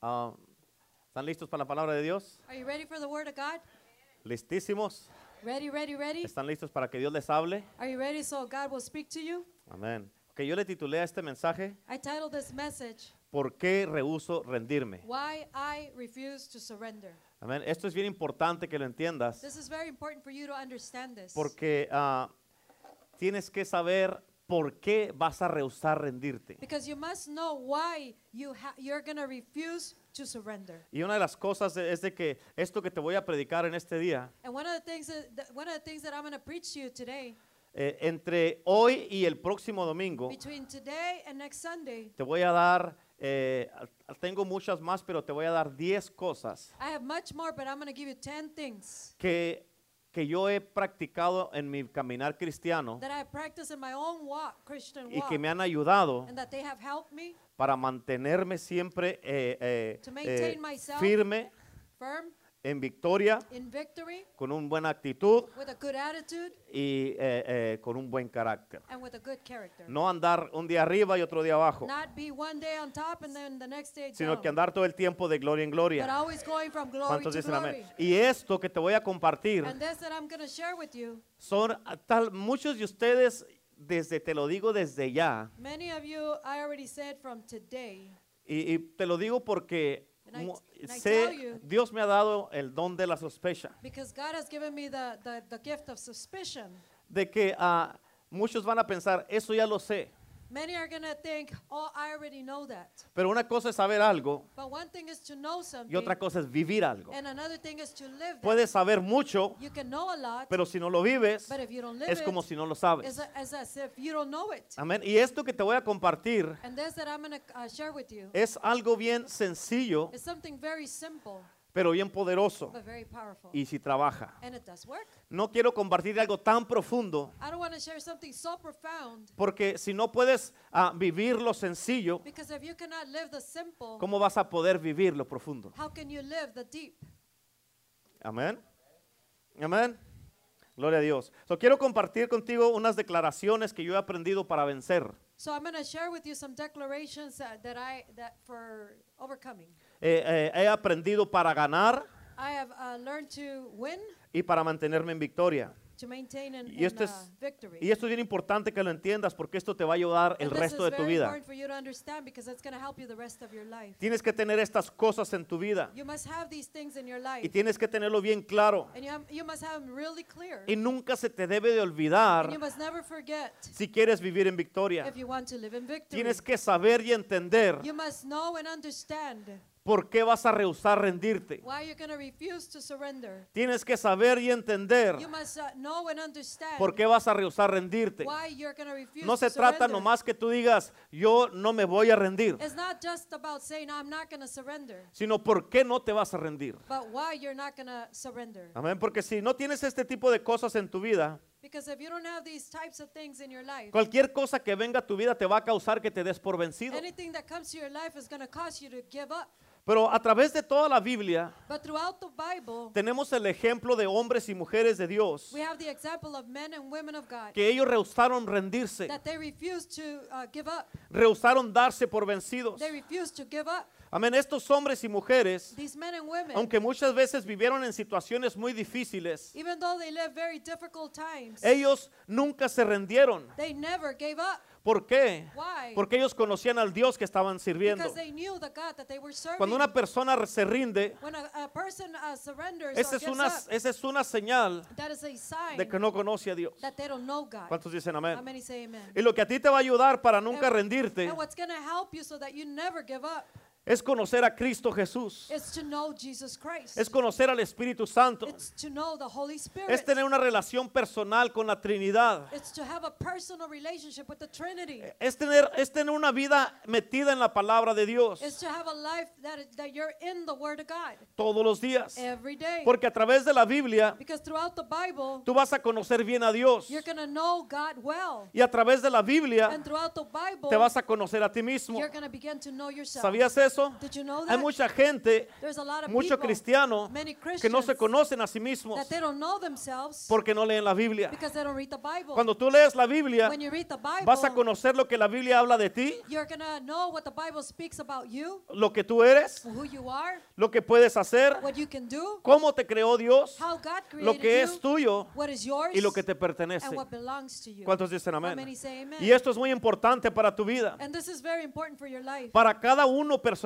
Ah, ¿Están listos para la palabra de Dios? Are you ready for the Word of God? ¿Listísimos? Ready, ready, ready? ¿Están listos para que Dios les hable? Are you ready so God will speak to you? Amén. Que yo le titulé a este mensaje, I titled this message, ¿Por qué rehuso rendirme? Why I Refuse to Surrender. Amén. Esto es bien importante que lo entiendas This is very important for you to understand this. porque ah, tienes que saber por qué vas a rehusar rendirte. Because you must know why you ha- you're going to refuse to surrender. Y una de las cosas de- es de que esto que te voy a predicar en este día, And one of the things that, that- one of the things that I'm going to preach to you today, eh, entre hoy y el próximo domingo, between today and next Sunday, te voy a dar, eh, al- tengo muchas más, pero te voy a dar 10 cosas I have much more, but I'm going to give you 10 things que, que yo he practicado en mi caminar cristiano that I practice in my own walk, Christian y walk, que me han ayudado and that they have helped me para mantenerme siempre eh, eh, To eh, maintain myself. firme firm en victoria, in victory, con una buena actitud with a good attitude, y eh, eh, con un buen carácter. and with a good character. No andar un día arriba y otro día abajo, Not be one day on top and then the next day sino down, que andar todo el tiempo de gloria en but gloria. always going from glory ¿Cuántos to dicen amén? glory. Y esto que te voy a compartir And this that I'm going to share with you, Son a tal, muchos de ustedes, desde te lo digo desde ya, many of you, I already said from today, y, y te lo digo porque And I- mu- and I tell sé, you- Dios me ha dado el don de la sospecha, because God has given me the, the, the gift of suspicion. de que ah, muchos van a pensar, eso ya lo sé, Many are going to think, oh, I already know that. pero una cosa es saber algo But one thing is to know y something, otra cosa es vivir algo. and another thing is to live that. Puedes saber mucho, You can know a lot, pero si no lo vives, but if you don't live es como it, si no lo it's, sabes. a- it's as if you don't know it. Amén. Y esto que te voy a compartir And this that I'm going to uh, share with you es algo bien sencillo, is something very simple, pero bien poderoso, but very powerful. y si trabaja. And it does work. No quiero compartir algo tan profundo I don't want to share something so profound porque si no puedes ah, vivir lo sencillo, because if you cannot live the simple, ¿cómo vas a poder vivir lo profundo? how can you live the deep? Amén. Amén. Gloria a Dios. So, quiero compartir contigo unas declaraciones que yo he aprendido para vencer. So I'm going to share with you some declarations that, that I that for overcoming. Eh, eh, he aprendido para ganar I have uh, learned to win, y para mantenerme en victoria. to maintain an, Y esto an, uh, es- victory. Y esto es bien importante que lo entiendas porque esto te va a ayudar el And this resto is de tu very vida. important for you to understand because it's going to help you the rest of your life. Tienes que tener estas cosas en tu vida You must have these things in your life, y tienes que tenerlo bien claro. and you, have, you must have them really clear. Y nunca se te debe de olvidar And you must never forget si quieres vivir en victoria. if you want to live in victory. Tienes que saber y entender You must know and understand por qué vas a rehusar rendirte. why you're going to refuse to surrender. Tienes que saber y entender You must uh, know and understand por qué vas a rehusar rendirte. why you're going to refuse No to se trata surrender. nomás que tú digas, yo no me voy a rendir, It's not just about saying I'm not going to surrender, sino por qué no te vas a rendir. but why you're not going to surrender. Amén, porque si no tienes este tipo de cosas en tu vida, Because if you don't have these types of things in your life, cualquier cosa que venga a tu vida te va a causar que te des por vencido. anything that comes to your life is going to cause you to give up. Pero a través de toda la Biblia But throughout the Bible, tenemos el ejemplo de hombres y mujeres de Dios we have the example of men and women of God que ellos rehusaron rendirse, that they refuse to uh, give up. rehusaron darse por vencidos. They refuse to give up. Amén, estos hombres y mujeres, These men and women, aunque muchas veces vivieron en situaciones muy difíciles, even though they lived very difficult times, ellos nunca se rendieron. they never gave up. ¿Por qué? Why? Porque ellos conocían al Dios que estaban sirviendo. Because they knew the God that they were serving. Cuando una persona se rinde, when a, a person uh, surrenders esa or es gives una, up, esa es una señal that is a sign de que no conoce a Dios. that they don't know God. ¿Cuántos dicen How amén? many say amen? Y lo que a ti te va a ayudar para nunca And- rendirte And what's going to help you so that you never give up es conocer a Cristo Jesús, is to know Jesus Christ. es conocer al Espíritu Santo, it's to know the Holy Spirit. es tener una relación personal con la Trinidad. It's to have a personal relationship with the Trinity. Es tener, es tener una vida metida en la palabra de Dios It's to have a life that, is- that you're in the Word of God todos los días. every day. Porque a través de la Biblia Because throughout the Bible, tú vas a conocer bien a Dios. you're going to know God well. Y a través de la Biblia And throughout the Bible, te vas a conocer a ti mismo. you're going to begin to know yourself. ¿Sabías eso? Did you know Hay that? mucha gente, There's a lot of muchos people cristianos, many que no se Christians conocen a sí mismos that they don't know themselves porque no leen la Biblia. because they don't read the Bible. Cuando tú lees la Biblia, when you read the Bible, vas a conocer lo que la Biblia habla de ti, you're going to know what the Bible speaks about you, lo que tú eres, who you are, lo que puedes hacer, what you can do, cómo te creó Dios, how God created lo que es you, tuyo what is yours, y lo que te pertenece. and what belongs to you. ¿Cuántos dicen How amén? many say amen? Y esto es muy importante para tu vida, and this is very important for your life, para cada uno personalmente,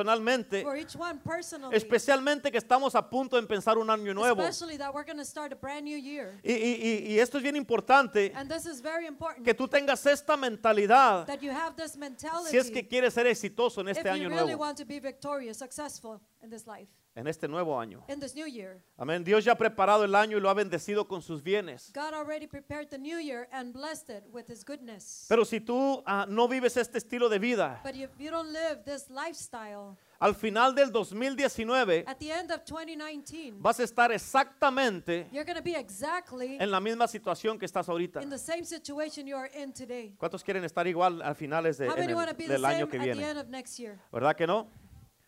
for each one personally, especialmente que estamos a punto de empezar un año nuevo. especially that we're going to start a brand new year. Y, y- y- y esto es bien importante, And this is very important que tú tengas esta mentalidad that you have this mentality si es que quieres ser exitoso en este if you año really nuevo, want to be victorious, successful in this life, en este nuevo año. in this new year. Amén. Dios ya ha preparado el año y lo ha bendecido con sus bienes. God already prepared the new year and blessed it with his goodness. Pero si tú ah, no vives este estilo de vida, But if you don't live this lifestyle, al final del 2019 at the end of 2019, vas a estar exactamente you're going to be exactly en la misma situación que estás ahorita. in the same situation you are in today. ¿Cuántos quieren estar igual a finales de- How en many el- want to be the del año same que at the viene? end of next year? ¿Verdad que no?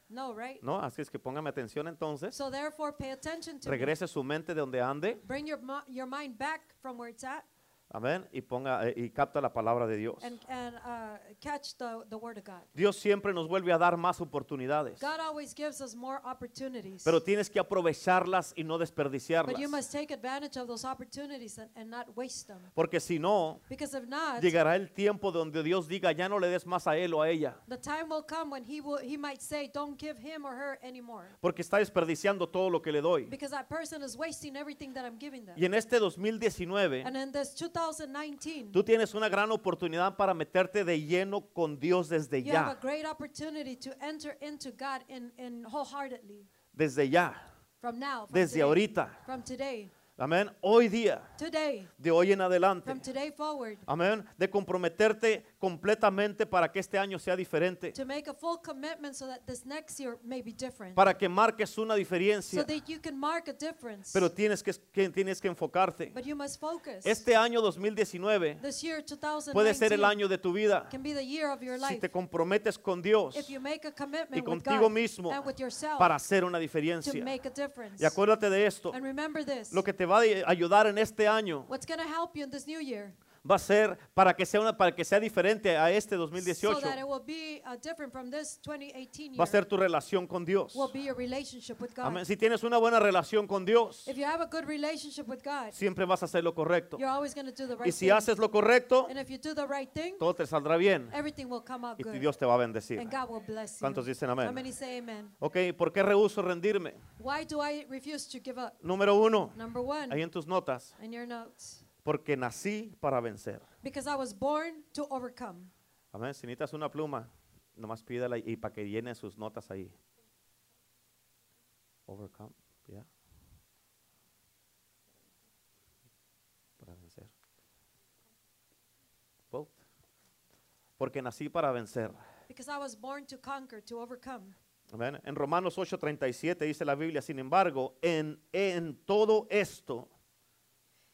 No, right? No, así es que póngame atención entonces. So therefore, pay attention to me. Regrese su mente de donde ande, Bring your, mi- your mind back from where it's at amén, y ponga eh, y capta la palabra de Dios. and, and uh, catch the, the word of God. Dios siempre nos vuelve a dar más oportunidades, God always gives us more opportunities. pero tienes que aprovecharlas y no but you desperdiciarlas, must take advantage of those opportunities and, and not waste them. porque si no Because if not, llegará el tiempo donde Dios diga ya no le des más a él o a ella, the time will come when he will he might say, Don't give him or her anymore. porque está desperdiciando todo lo que le doy. Because that person is wasting everything that I'm giving them. Y en este 2019 And in this 2019, Tú tienes una gran oportunidad para meterte de lleno con Dios desde you have a ya, great opportunity to enter into God in, in wholeheartedly desde ya, from now, from desde today, ahorita. from today, Amén. Hoy día, today, de hoy en adelante. from today forward, Amén. De comprometerte completamente para que este año sea diferente, to make a full commitment so that this next year may be different. para que marques una So diferencia. that you can mark a difference. Pero tienes que, que- tienes que enfocarte. But you must focus. Este año 2019 this year, 2019, puede ser el año de tu vida can be the year of your si life. te comprometes con Dios if you make a y commitment with contigo God mismo and with yourself para hacer una to diferencia. make a difference. Y acuérdate de esto. and remember this. Lo que te va a ayudar en este año What's going to help you in this new year va a ser para que sea una para que sea diferente a este so 2018. that it will be uh, different from this 2018 year Va a ser tu relación con Dios. will be your relationship with God. Amén. Si tienes una buena relación con Dios, If you have a good relationship with God, siempre vas a hacer lo correcto. you're always going to do the right Y si thing. haces lo correcto, and if you do the right thing, todo te saldrá bien everything will come out y good. Dios te va a bendecir. and God will bless you. ¿Cuántos dicen amén? How many say amen? Ok, ¿por qué rehuso rendirme? Why do I refuse to give up? Número uno, Number one, ahí en tus notas, in your notes, porque nací para vencer. because I was born to overcome. Amén. Si necesitas una pluma, nomás pídala y para que llene sus notas ahí. Overcome, ya. Para vencer. Vote. Porque nací para vencer. Because I was born to conquer, to overcome. Amén. En Romanos 8:37 dice la Biblia, sin embargo, en, en todo esto,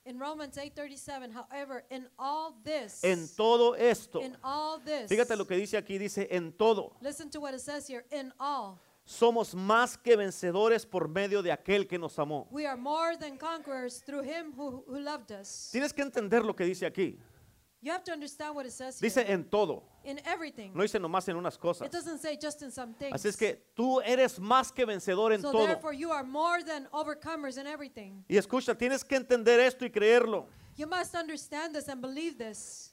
In Romans 8:37, however, in all this, en todo esto, in all this, fíjate lo que dice aquí, dice en todo. listen to what it says here, in all, Somos más que vencedores por medio de aquel que nos amó. we are more than conquerors through him who, who loved us. Tienes que entender lo que dice aquí. You have to understand what it says here. Dice en todo, in everything. no dice nomás en unas cosas. It doesn't say just in some things. Así es que tú eres más que vencedor en so todo. therefore you are more than overcomers in everything. Y escucha, tienes que entender esto y creerlo. You must understand this and believe this.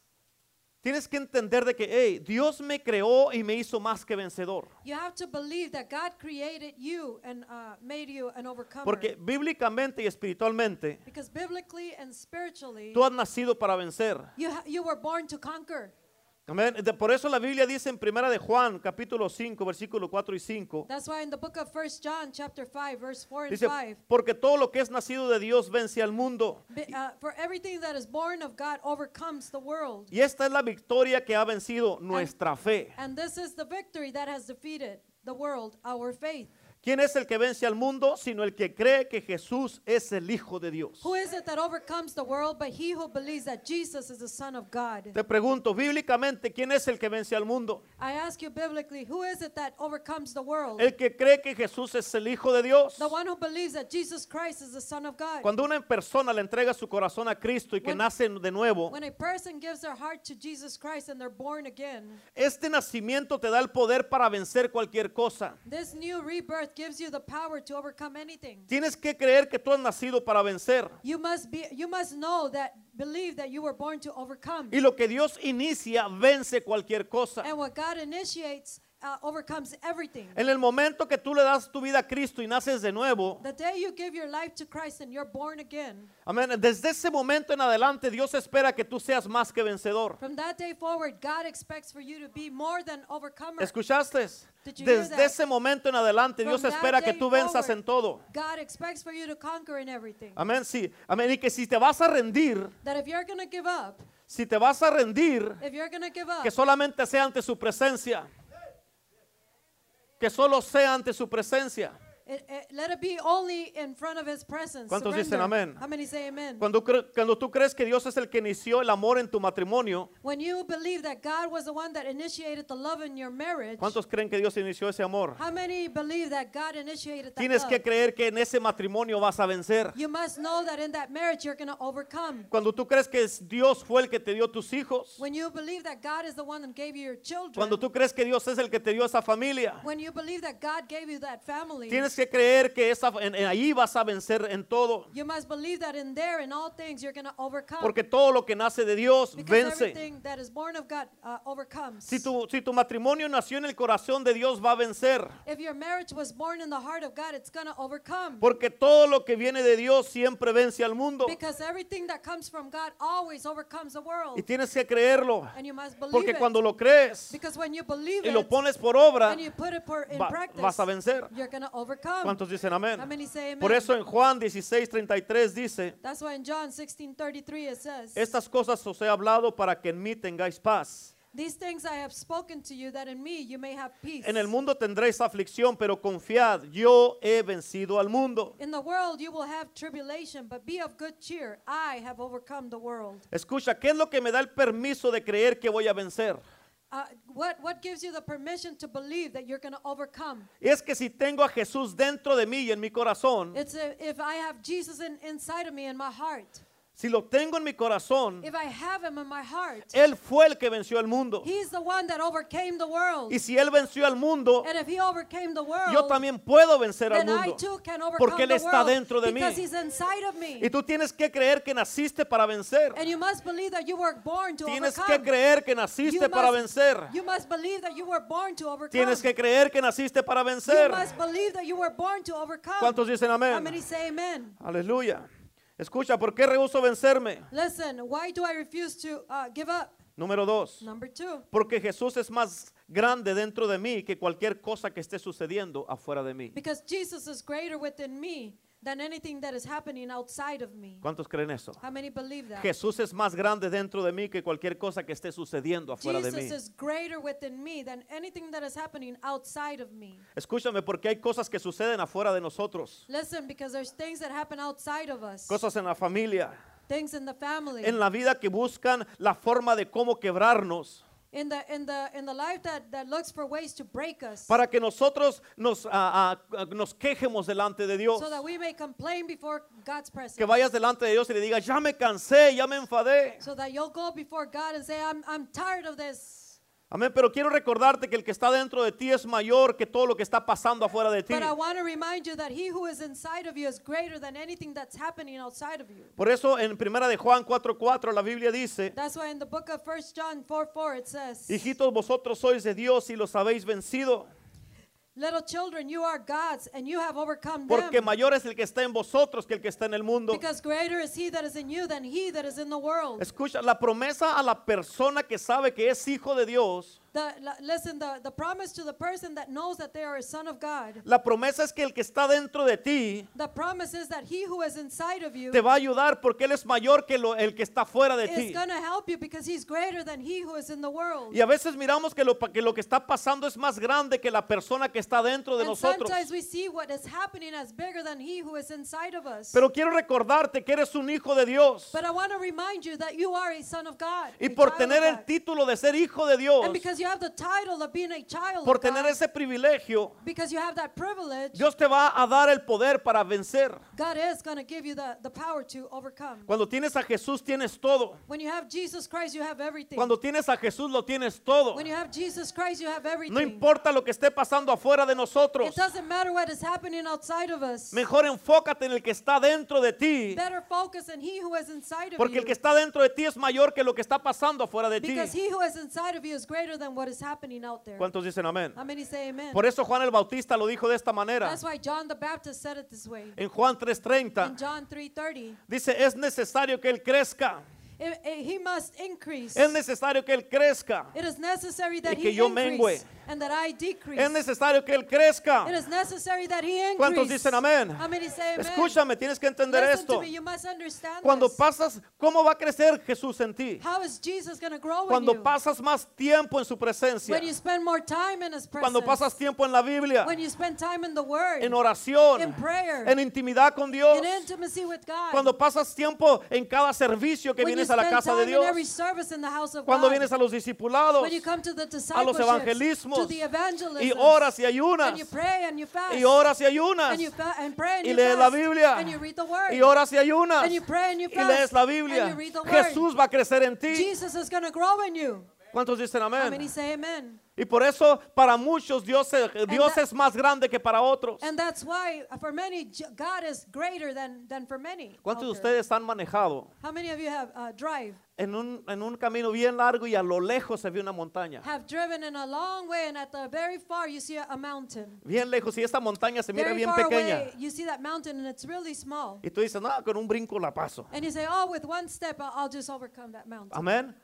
Tienes que entender de que, hey, Dios me creó y me hizo más que vencedor. You have to believe that God created you and uh, made you an overcomer. Porque bíblicamente y espiritualmente, because biblically and spiritually, tú has nacido para vencer. You, ha- you were born to conquer. Amén. De- Por eso la Biblia dice en primera de Juan, capítulo 5, versículo 4 y 5, That's why in the book of 1 John chapter 5 verse 4 and dice, 5, porque todo lo que es nacido de Dios vence al mundo. "Be- uh, for everything that is born of God overcomes the world. Y esta es la victoria que ha vencido nuestra fe. And this is the victory that has defeated the world, our faith. ¿Quién es el que vence al mundo sino el que cree que Jesús es el Hijo de Dios? Who is it that overcomes the world but he who believes that Jesus is the Son of God? Te pregunto bíblicamente, ¿quién es el que vence al mundo? I ask you biblically, who is it that overcomes the world? El que cree que Jesús es el Hijo de Dios. The one who believes that Jesus Christ is the Son of God. Cuando una persona le entrega su corazón a Cristo y que When- nace de nuevo, When a person gives their heart to Jesus Christ and they're born again, este nacimiento te da el poder para vencer cualquier cosa. this new rebirth gives you the power to overcome anything. Tienes que creer que tú has nacido para vencer. You must be you must know that believe that you were born to overcome. Y lo que Dios inicia vence cualquier cosa. And what God initiates uh, overcomes everything. En el momento que tú le das tu vida a Cristo y naces de nuevo, The day you give your life to Christ and you're born again, amén, desde ese momento en adelante Dios espera que tú seas más que vencedor. from that day forward, God expects for you to be more than overcomer. ¿Escuchaste? Did you hear Desde that? ese momento en adelante Dios From that espera que day tú venzas forward, en todo. God expects for you to conquer in everything. Amén, sí. Amén. Y que si te vas a rendir, That if you're going to give up, si te vas a rendir, if you're going to give up, que solamente sea ante su presencia. Que solo sea ante su presencia. it- it- Eh, let it be only in front of his presence. ¿Cuántos dicen surrender. amén? How many say amen? Cuando, cre- cuando tú crees que Dios es el que inició el amor en tu matrimonio, When you believe that God was the one that initiated the love in your marriage, ¿cuántos creen que Dios inició ese amor? how many believe that God initiated that Tienes love? que creer que en ese matrimonio vas a vencer. You must know that in that marriage you're going to overcome. Cuando tú crees que es- Dios fue el que te dio tus hijos, When you believe that God is the one that gave you your children, cuando tú crees que Dios es el que te dio esa familia, when you believe that God gave you that family, tienes que creer que esa, en- en ahí vas a vencer en todo. you must believe that in there, in all things, you're going to overcome. Porque todo lo que nace de Dios because vence. everything that is born of God uh, overcomes. Si tu, si tu matrimonio nació en el corazón de Dios, va a vencer. if your marriage was born in the heart of God, it's going to overcome. Porque todo lo que viene de Dios siempre vence al mundo. Because everything that comes from God always overcomes the world. Y tienes que creerlo. and you must believe Porque it. cuando lo crees because when you believe y it lo pones por obra, and you put it por, in va- practice, vas a vencer. you're going to overcome. ¿Cuántos dicen amén? How many say amen? Por eso en Juan 16, 33 dice, That's why in John 16:33 it says, estas cosas os he hablado para que en mí tengáis paz. These things I have spoken to you, that in me you may have peace. En el mundo tendréis aflicción, pero confiad, yo he vencido al mundo. in the world you will have tribulation, but be of good cheer. I have overcome the world. Escucha, ¿qué es lo que me da el permiso de creer que voy a vencer? Uh, what, what gives you the permission to believe that you're going to overcome? Es que si tengo a Jesús dentro de mí y en mi corazón, It's uh, if I have Jesus in, inside of me in my heart. si lo tengo en mi corazón, If I have him in my heart, Él fue el que venció al mundo. he's the one that overcame the world. Y si Él venció al mundo, And if he overcame the world, yo también puedo vencer al then I mundo. too can overcome Porque Él the está world dentro de mí. because he's inside of me. Y tú tienes que creer que naciste para vencer. And you must believe that you were born to Tienes que overcome. creer que You naciste para must- vencer. You must believe that you were born to overcome. Tienes que creer que naciste para you vencer. must believe that you were born to overcome. ¿Cuántos dicen How many amén? say amen? Aleluya. Escucha, ¿por qué rehuso vencerme? Listen, why do I refuse to uh, give up? Número dos. Number two, Porque Jesús es más grande dentro de mí que cualquier cosa que esté sucediendo afuera de mí. because Jesus is greater within me than anything that is happening outside of me. ¿Cuántos creen eso? How many believe that? Jesús es más grande dentro de mí que cualquier cosa que esté sucediendo afuera de mí. Jesus is greater within me than anything that is happening outside of me. Escúchame, porque hay cosas que suceden afuera de nosotros. Listen, because there's things that happen outside of us, Cosas en la familia, things in the family, en la vida que buscan la forma de cómo quebrarnos in the in the in the life that that looks for ways to break us. para que nosotros nos, ah, ah, nos quejemos delante de Dios. so that we may complain before God's Que presence. vayas delante de Dios y le digas, ya me cansé, ya me enfadé. So that you'll go before God and say, I'm, I'm tired of this. Amén, pero quiero recordarte que el que está dentro de ti es mayor que todo lo que está pasando afuera de ti. But I want to remind you that he who is inside of you is greater than anything that's happening outside of you. Por eso en primera de Juan 4:4 la Biblia dice, That's why in the book of 1 John 4 4 it says, hijitos, vosotros sois de Dios y los habéis vencido, Little children, you are God's and you have overcome porque them. mayor es el que está en vosotros que el que está en el mundo. Because greater is he that is in you than he that is in the world. Escucha, la promesa a la persona que sabe que es hijo de Dios The, la- listen, the, the promise to the person that knows that they are a son of God, La promesa es que el que está dentro de ti the promise is that he who is inside of you te va a ayudar porque Él es mayor que lo- el que está fuera de is ti. going to help you because he's greater than he who is in the world. Y a veces miramos que lo, pa- que lo que está pasando es más grande que la persona que está dentro de And nosotros. sometimes we see what is happening as bigger than he who is inside of us. Pero quiero recordarte que eres un hijo de Dios. but I want to remind you that you are a son of God. Y a por child of tener el God. título de ser hijo de Dios, And because you have the title of being a child por of God, tener ese privilegio, because you have that privilege, Dios te va a dar el poder para vencer. God is going to give you the, the power to overcome. Cuando tienes a Jesús tienes todo. When you have Jesus Christ, you have everything. Cuando tienes a Jesús lo tienes todo. when you have Jesus Christ, you have everything. No importa lo que esté pasando afuera de nosotros. It doesn't matter what is happening outside of us. Mejor enfócate en el que está dentro de ti. Better focus on he who is inside of Porque you. el que está dentro de ti es mayor que lo que está pasando afuera de ti. because he who is inside of you is greater than what is happening out there. ¿Cuántos dicen amén? How many say amen? Por eso Juan el Bautista lo dijo de esta manera. That's why John the Baptist said it this way. En Juan In 3:30 John 3:30, dice, es necesario que Él crezca. "I- I- he must increase. Es necesario que Él crezca. It is necessary that Y que he yo increase mengue. and that I decrease. Es necesario que Él crezca. It is necessary that he increase. ¿Cuántos dicen amén? How many say amen? Escúchame, tienes que entender Listen to esto. me, you must understand Cuando this. pasas, ¿cómo va a crecer Jesús en ti? How is Jesus going to grow in Cuando you? pasas más tiempo en su presencia, when you spend more time in his presence. cuando pasas tiempo en la Biblia, when you spend time in the word. en oración, in prayer, en intimidad con Dios, in intimacy with God. cuando pasas tiempo en cada servicio que when you vienes a la spend casa de time Dios, in every service in the house of cuando God. vienes a los discipulados when you come to the a los discipleships, to evangelismos the evangelisms, y oras y ayunas and you pray and you fast, y oras y ayunas and you fa- and pray and y you lees la fast, Biblia and you read the word, y oras y ayunas and you pray and you y fast, lees la and Biblia you read the word. Jesús va a crecer en ti Jesus is going to grow in you. ¿cuántos dicen How many amén? say amen? y por eso para muchos Dios, es- Dios that- es más grande que para otros And that's why uh, for many, J- God is greater than, than for many. ¿cuántos de out there. ustedes han manejado How many of you have uh, drive, en un, en un camino bien largo y a lo lejos se ve una montaña have driven in a long way and at the very far you see a, a mountain. bien lejos y esta montaña se mira Very bien far pequeña away you see that mountain and it's really small. y tú dices no, con un brinco la paso And you say, oh, with one step I'll, I'll just overcome that mountain. Amén.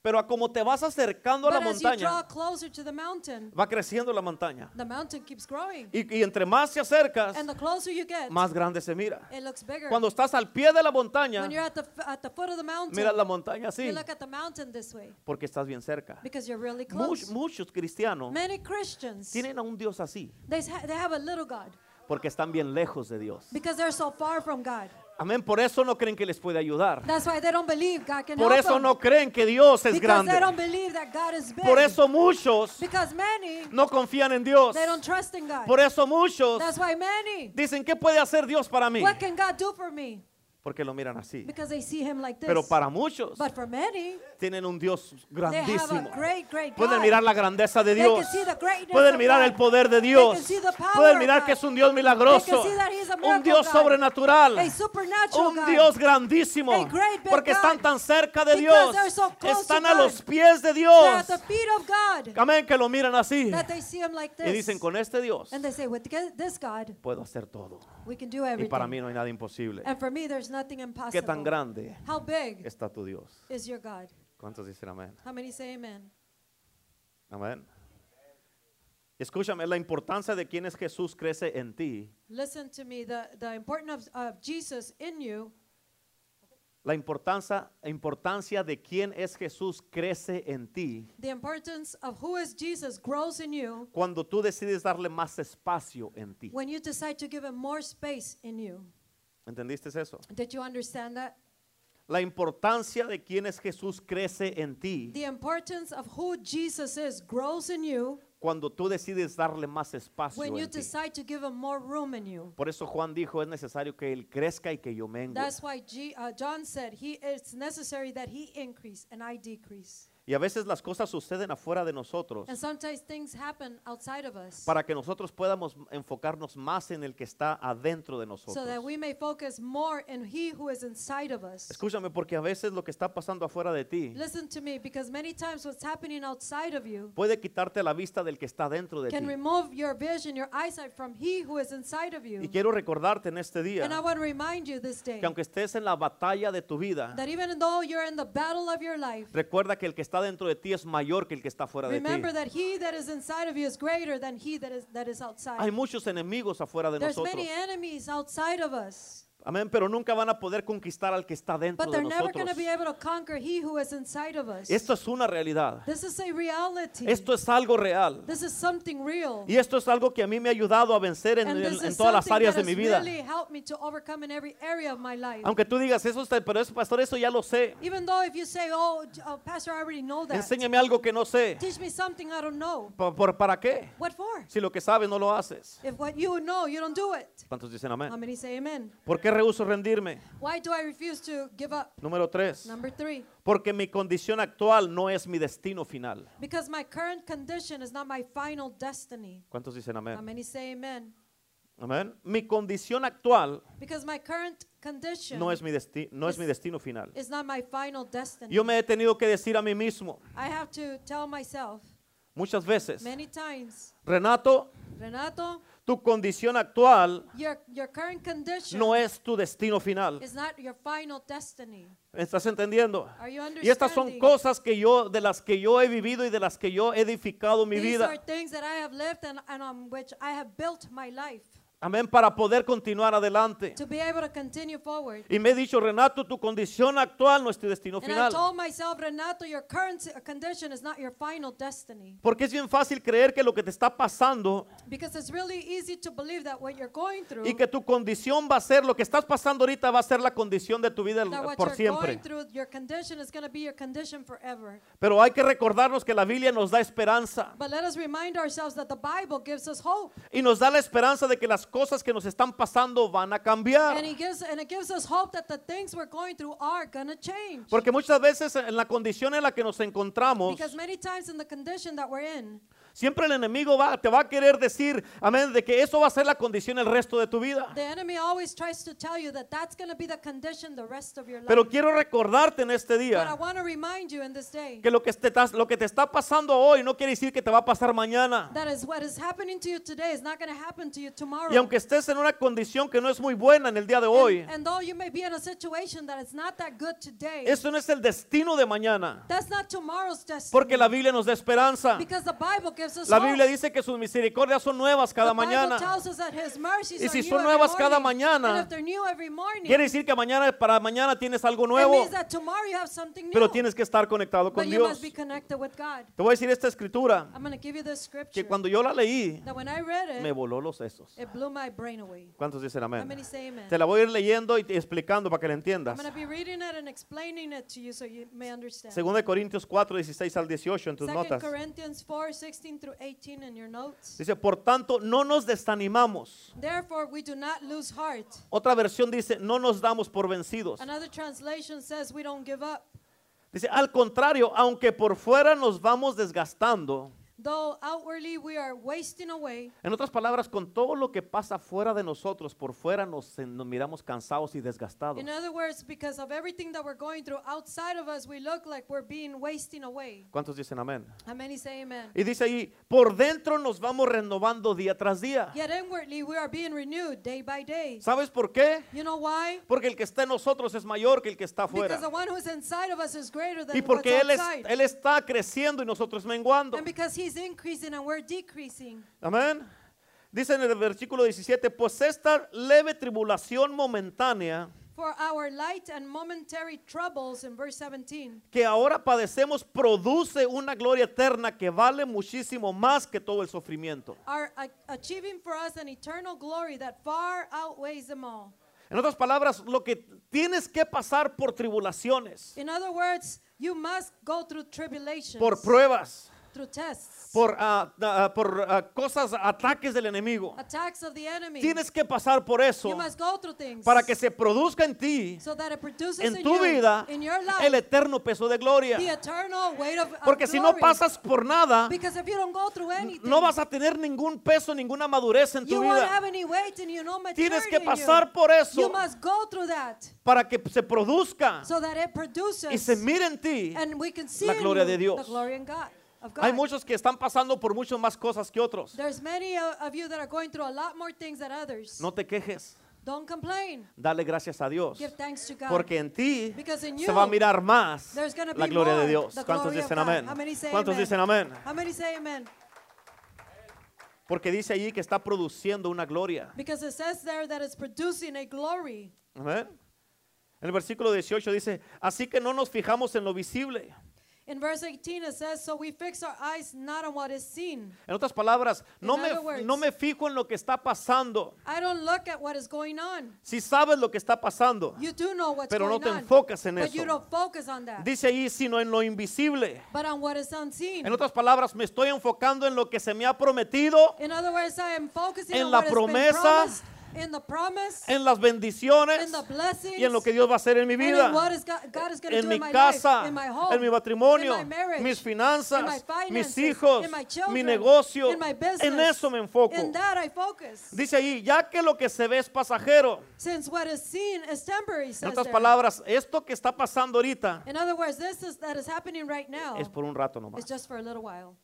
Pero a como te vas acercando a la But as you draw montaña, closer to the mountain, va creciendo la montaña. the mountain keeps growing. Y, y entre más te acercas, And the closer you get, más grande se mira. it looks bigger. Cuando estás al pie de la montaña, when you're at the, f- at the foot of the mountain, miras la montaña así, you look at the mountain this way porque estás bien cerca. because you're really Much- close. muchos cristianos Many Christians, tienen a un Dios así, they, s- they have a little God porque están bien lejos de Dios. because they're so far from God. Amén. Por eso no creen que les puede ayudar. That's why they don't believe God can Por help eso them. no creen que Dios es because grande. they don't believe that God is big. Por eso muchos because many, no confían en Dios. they don't trust in God. Por eso muchos That's why many, dicen, ¿qué puede hacer Dios para mí? what can God do for me? Porque lo miran así. Because they see him like this. Pero para muchos but for many, tienen un Dios they have a grandísimo. great, great God. Pueden mirar la grandeza de They can Dios. see the greatness Pueden of mirar God. el poder de They Dios. can see the power Pueden of mirar God. que es un Dios They milagroso. can see that he's a Un miracle Dios God. sobrenatural. A supernatural Un God. Dios grandísimo. A great big Porque God. están tan cerca de Because Dios. they're so close to Están a God. los pies de They're Dios. at the feet of God. Amén, que lo miran así. That they see him like Y this. dicen, con este Dios and they say, with g- this God, puedo hacer todo. we can do Y everything. para mí no hay nada imposible. And for me, there's nothing impossible. ¿Qué tan grande How big está tu Dios? is your God? ¿Cuántos dicen amén? How many say amen? Amén. Escúchame, la importancia de quién es Jesús crece en ti. Listen to me. The, the importance of, of Jesus in you, La importancia, importancia de quién es Jesús crece en ti the importance of who is Jesus grows in you cuando tú decides darle más espacio en ti. when you decide to give him more space in you. ¿Entendiste eso? Did you understand that? La importancia de quién es Jesús crece en ti The importance of who Jesus is grows in you cuando tú decides darle más espacio when you en ti. decide to give him more room in you. Por eso Juan dijo, es necesario que él crezca y que yo mengue. That's why G, uh, John said, "He it's necessary that he increase and I decrease." Y a veces las cosas suceden afuera de nosotros And sometimes things happen outside of us, para que nosotros podamos enfocarnos más en el que está adentro de so that nosotros. we may focus more in He who is inside of us. Escúchame, porque a veces lo que está pasando afuera de ti Listen to me, because many times what's happening outside of you puede quitarte la vista del que está dentro de can ti. remove your vision, your eyesight from He who is inside of you. Y quiero recordarte en este día And I want to remind you this day que aunque estés en la batalla de tu vida, that even though you're in the battle of your life, recuerda que el que está está dentro de ti es mayor que el que está fuera de ti. Remember that he that is inside of you is greater than he that is that is Hay outside. muchos enemigos afuera de There's nosotros. many enemies outside of us, Amén, pero nunca van a poder conquistar al que está dentro but de they're never going nosotros. to be able to conquer he who is inside of us. Esto es una realidad. This is a reality. Esto es algo real. This is something real. Y esto es algo que a mí me ha ayudado a vencer en, And en- this en is todas las something áreas de that mi has vida. really helped me to overcome in every area of my life. Aunque tú digas, eso está, pero eso, pastor, eso ya lo sé. Even though if you say, oh, j- oh, pastor, I already know that. Enséñame algo que no sé. Teach me something I don't know. Pa- por- ¿Para qué? What for? Si lo que sabes no lo haces. If what you know, you don't do it. ¿Cuántos dicen How amén? many say amen? ¿Por qué rehuso rendirme? Why do I refuse to give up? Número tres. Number three, Porque mi condición actual no es mi destino final. because my current condition is not my final destiny. ¿Cuántos dicen How amén? many say amen? Amén. Mi condición actual Because my current condition no es mi, desti- no es mi destino final. is not my final destiny. Yo me he tenido que decir a mí mismo I have to tell myself muchas veces, many times, Renato, Renato, tu condición actual your, your current condition no es tu destino final. is not your final destiny. ¿Me ¿Estás entendiendo? Are you Y estas son understanding? cosas que yo, de las que yo he vivido y de las que yo he edificado mi These are vida. things that I have lived and, and on which I have built my life Amén, para poder continuar adelante. to be able to continue forward. Y me he dicho, Renato, tu condición actual no es tu destino And I final. told myself, Renato, your current si- condition is not your final destiny. Porque es bien fácil creer que lo que te está pasando Because it's really easy to believe that what you're going through, y que tu condición va a ser, lo que estás pasando ahorita va a ser la condición de tu vida el- that what por you're siempre. going through, your condition is going to be your condition forever. Pero hay que recordarnos que la Biblia nos da esperanza. But let us remind ourselves that the Bible gives us hope. Y nos da la esperanza de que las cosas que nos están pasando van a cambiar. And it gives and it gives us hope that the things we're going through are gonna change. Porque muchas veces en la condición en la que nos encontramos, Because many times in the condition that we're in, siempre el enemigo va, te va a querer decir, amén, de que eso va a ser la condición el resto de tu vida. the enemy always tries to tell you that that's gonna be the condition the rest of your life. Pero quiero recordarte en este but I día want to remind you in this day que lo que, te, tas- lo que te está pasando hoy no quiere decir que te va a pasar mañana. that is what is happening to you today is not gonna happen to you tomorrow. Y aunque estés en una condición que no es muy buena en el día de hoy, and, and though you may be in a situation that is not that good today, eso no es el destino de mañana. that's not tomorrow's destiny. Porque la Biblia nos da esperanza. because the Bible gives us La hope. Biblia dice que sus misericordias son nuevas cada The Bible mañana. tells us that His mercies Y are si new son every nuevas cada morning. mañana, And if they're new every morning, Quiere decir que mañana para mañana tienes algo It nuevo, means that tomorrow you have something new. pero tienes que estar conectado but con you Dios. must be connected with God. Te voy a decir esta escritura I'm going to give you this scripture. que cuando yo la leí that when I read it, me voló los sesos. it blew my brain away. ¿Cuántos dicen How amén? many say amen? Te la voy a ir leyendo y te- explicando para que la I'm entiendas. going to be reading it and explaining it to you so you may understand. 2 de Corintios 4, 16 al 18 en tus 2 notas. Corinthians 4, 16 through 18 in your notes. Dice, por tanto, no nos desanimamos. Therefore, we do not lose heart. Otra versión dice, no nos damos por vencidos. Another translation says we don't give up. Dice, al contrario, aunque por fuera nos vamos desgastando, Though outwardly we are wasting away, En otras palabras, con todo lo que pasa fuera de nosotros, por fuera nos, eh, nos miramos cansados y desgastados. In other words, because of everything that we're going through outside of us, we look like we're being wasting away. ¿Cuántos dicen amén? How many say amen? Y dice ahí, por dentro nos vamos renovando día tras día. Yet inwardly, we are being renewed day by day. ¿Sabes por qué? You know why? Porque el que está en nosotros es mayor que el que está afuera. Because the one who's inside of us is greater than Y what's porque él, es- outside. él está creciendo y nosotros menguando. and because he's increasing and we're decreasing. Amén. Dice en el versículo 17, pues esta leve tribulación momentánea For our light and momentary troubles, in verse 17, que ahora padecemos produce una gloria eterna que vale muchísimo más que todo el sufrimiento. are a- achieving for us an eternal glory that far outweighs them all. En otras palabras, lo que tienes que pasar por tribulaciones, In other words, you must go through tribulations, por pruebas, through tests. por, ah, ah, por ah, cosas, ataques del enemigo. attacks of the enemy. Tienes que pasar por eso you must go through things para que se produzca en ti, so that it produces en in tu you, vida, in your life, el eterno peso de the gloria. eternal weight of, of Porque si no glory. pasas por nada, because if you don't go through anything, no vas a tener ningún peso, ninguna madurez en you tu won't vida. have any weight and you know maturity Tienes que in you. pasar por You eso must go through that para que se produzca so that it produces y se mire en ti. and we can see la in gloria you de Dios. the glory in God, of God. Hay muchos que están pasando por muchas más cosas que otros. There's many o- of you that are going through a lot more things than others. No te quejes. Don't complain. Dale gracias a Dios. Give thanks to God. Porque en ti Because in se you, va a mirar más there's gonna la be gloria de more Dios. the ¿Cuántos glory of dicen God? amén? How many say ¿Cuántos amen? dicen amén? How many say amen? Porque dice allí que está produciendo una gloria. Because it says there that it's producing a glory. Amén. En el versículo 18 dice, así que no nos fijamos en lo visible. In verse 18 it says, So we fix our eyes not on what is seen. En otras palabras, no In me, other words- no me fijo en lo que está pasando. I don't look at what is going on. Si sabes lo que está pasando, You do know what's Pero no going te on. enfocas en but eso. you don't focus on that. dice ahí, sino en lo invisible. but on what is unseen. En otras palabras, me estoy enfocando en lo que se me ha prometido, in other words, I am focusing En on la what has promesa. been promised, in the promise, en las in bendiciones the blessings, y en lo que Dios va a hacer en mi and vida. in what is God, God is going to En do mi in my casa, life, in my home, en mi matrimonio, in my marriage, mis in my finanzas, mis finances, hijos, in my children, mi negocio, in my business, en eso me enfoco. In that I focus. Dice ahí, ya que lo que se ve es pasajero. Since what is seen is temporary, En says otras there. palabras, esto que está pasando ahorita In other words, this is that is happening right now. es por un rato nomás. It's just for a little while.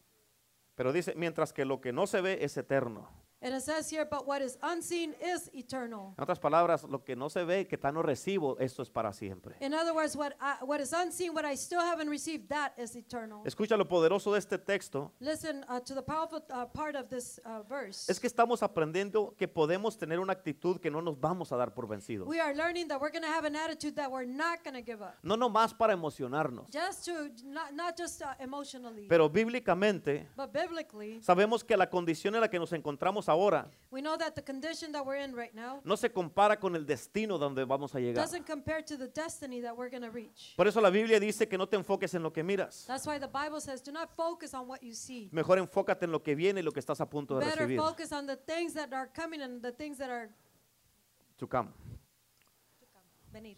Pero dice, mientras que lo que no se ve es eterno. And it says here, but what is unseen is eternal. En otras palabras, lo que no se ve, que tan no recibo, esto es para siempre. In other words, what I, what is unseen, what I still haven't received, that is eternal. Escucha lo poderoso de este texto. Listen uh, to the powerful uh, part of this uh, verse. Es que estamos aprendiendo que podemos tener una actitud que no nos vamos a dar por vencidos. We are learning that we're going to have an attitude that we're not going to give up. No nomás para emocionarnos, Just to, not, not just uh, emotionally, pero bíblicamente but biblically, sabemos que la condición en la que nos encontramos ahora we know that the condition that we're in right now no se compara con el destino donde vamos a llegar. doesn't compare to the destiny that we're going to reach. Por eso la Biblia dice que no te enfoques en lo que miras. That's why the Bible says, do not focus on what you see. Mejor enfócate en lo que viene y lo que estás a punto de Better recibir. focus on the things that are coming and the things that are To come. venir.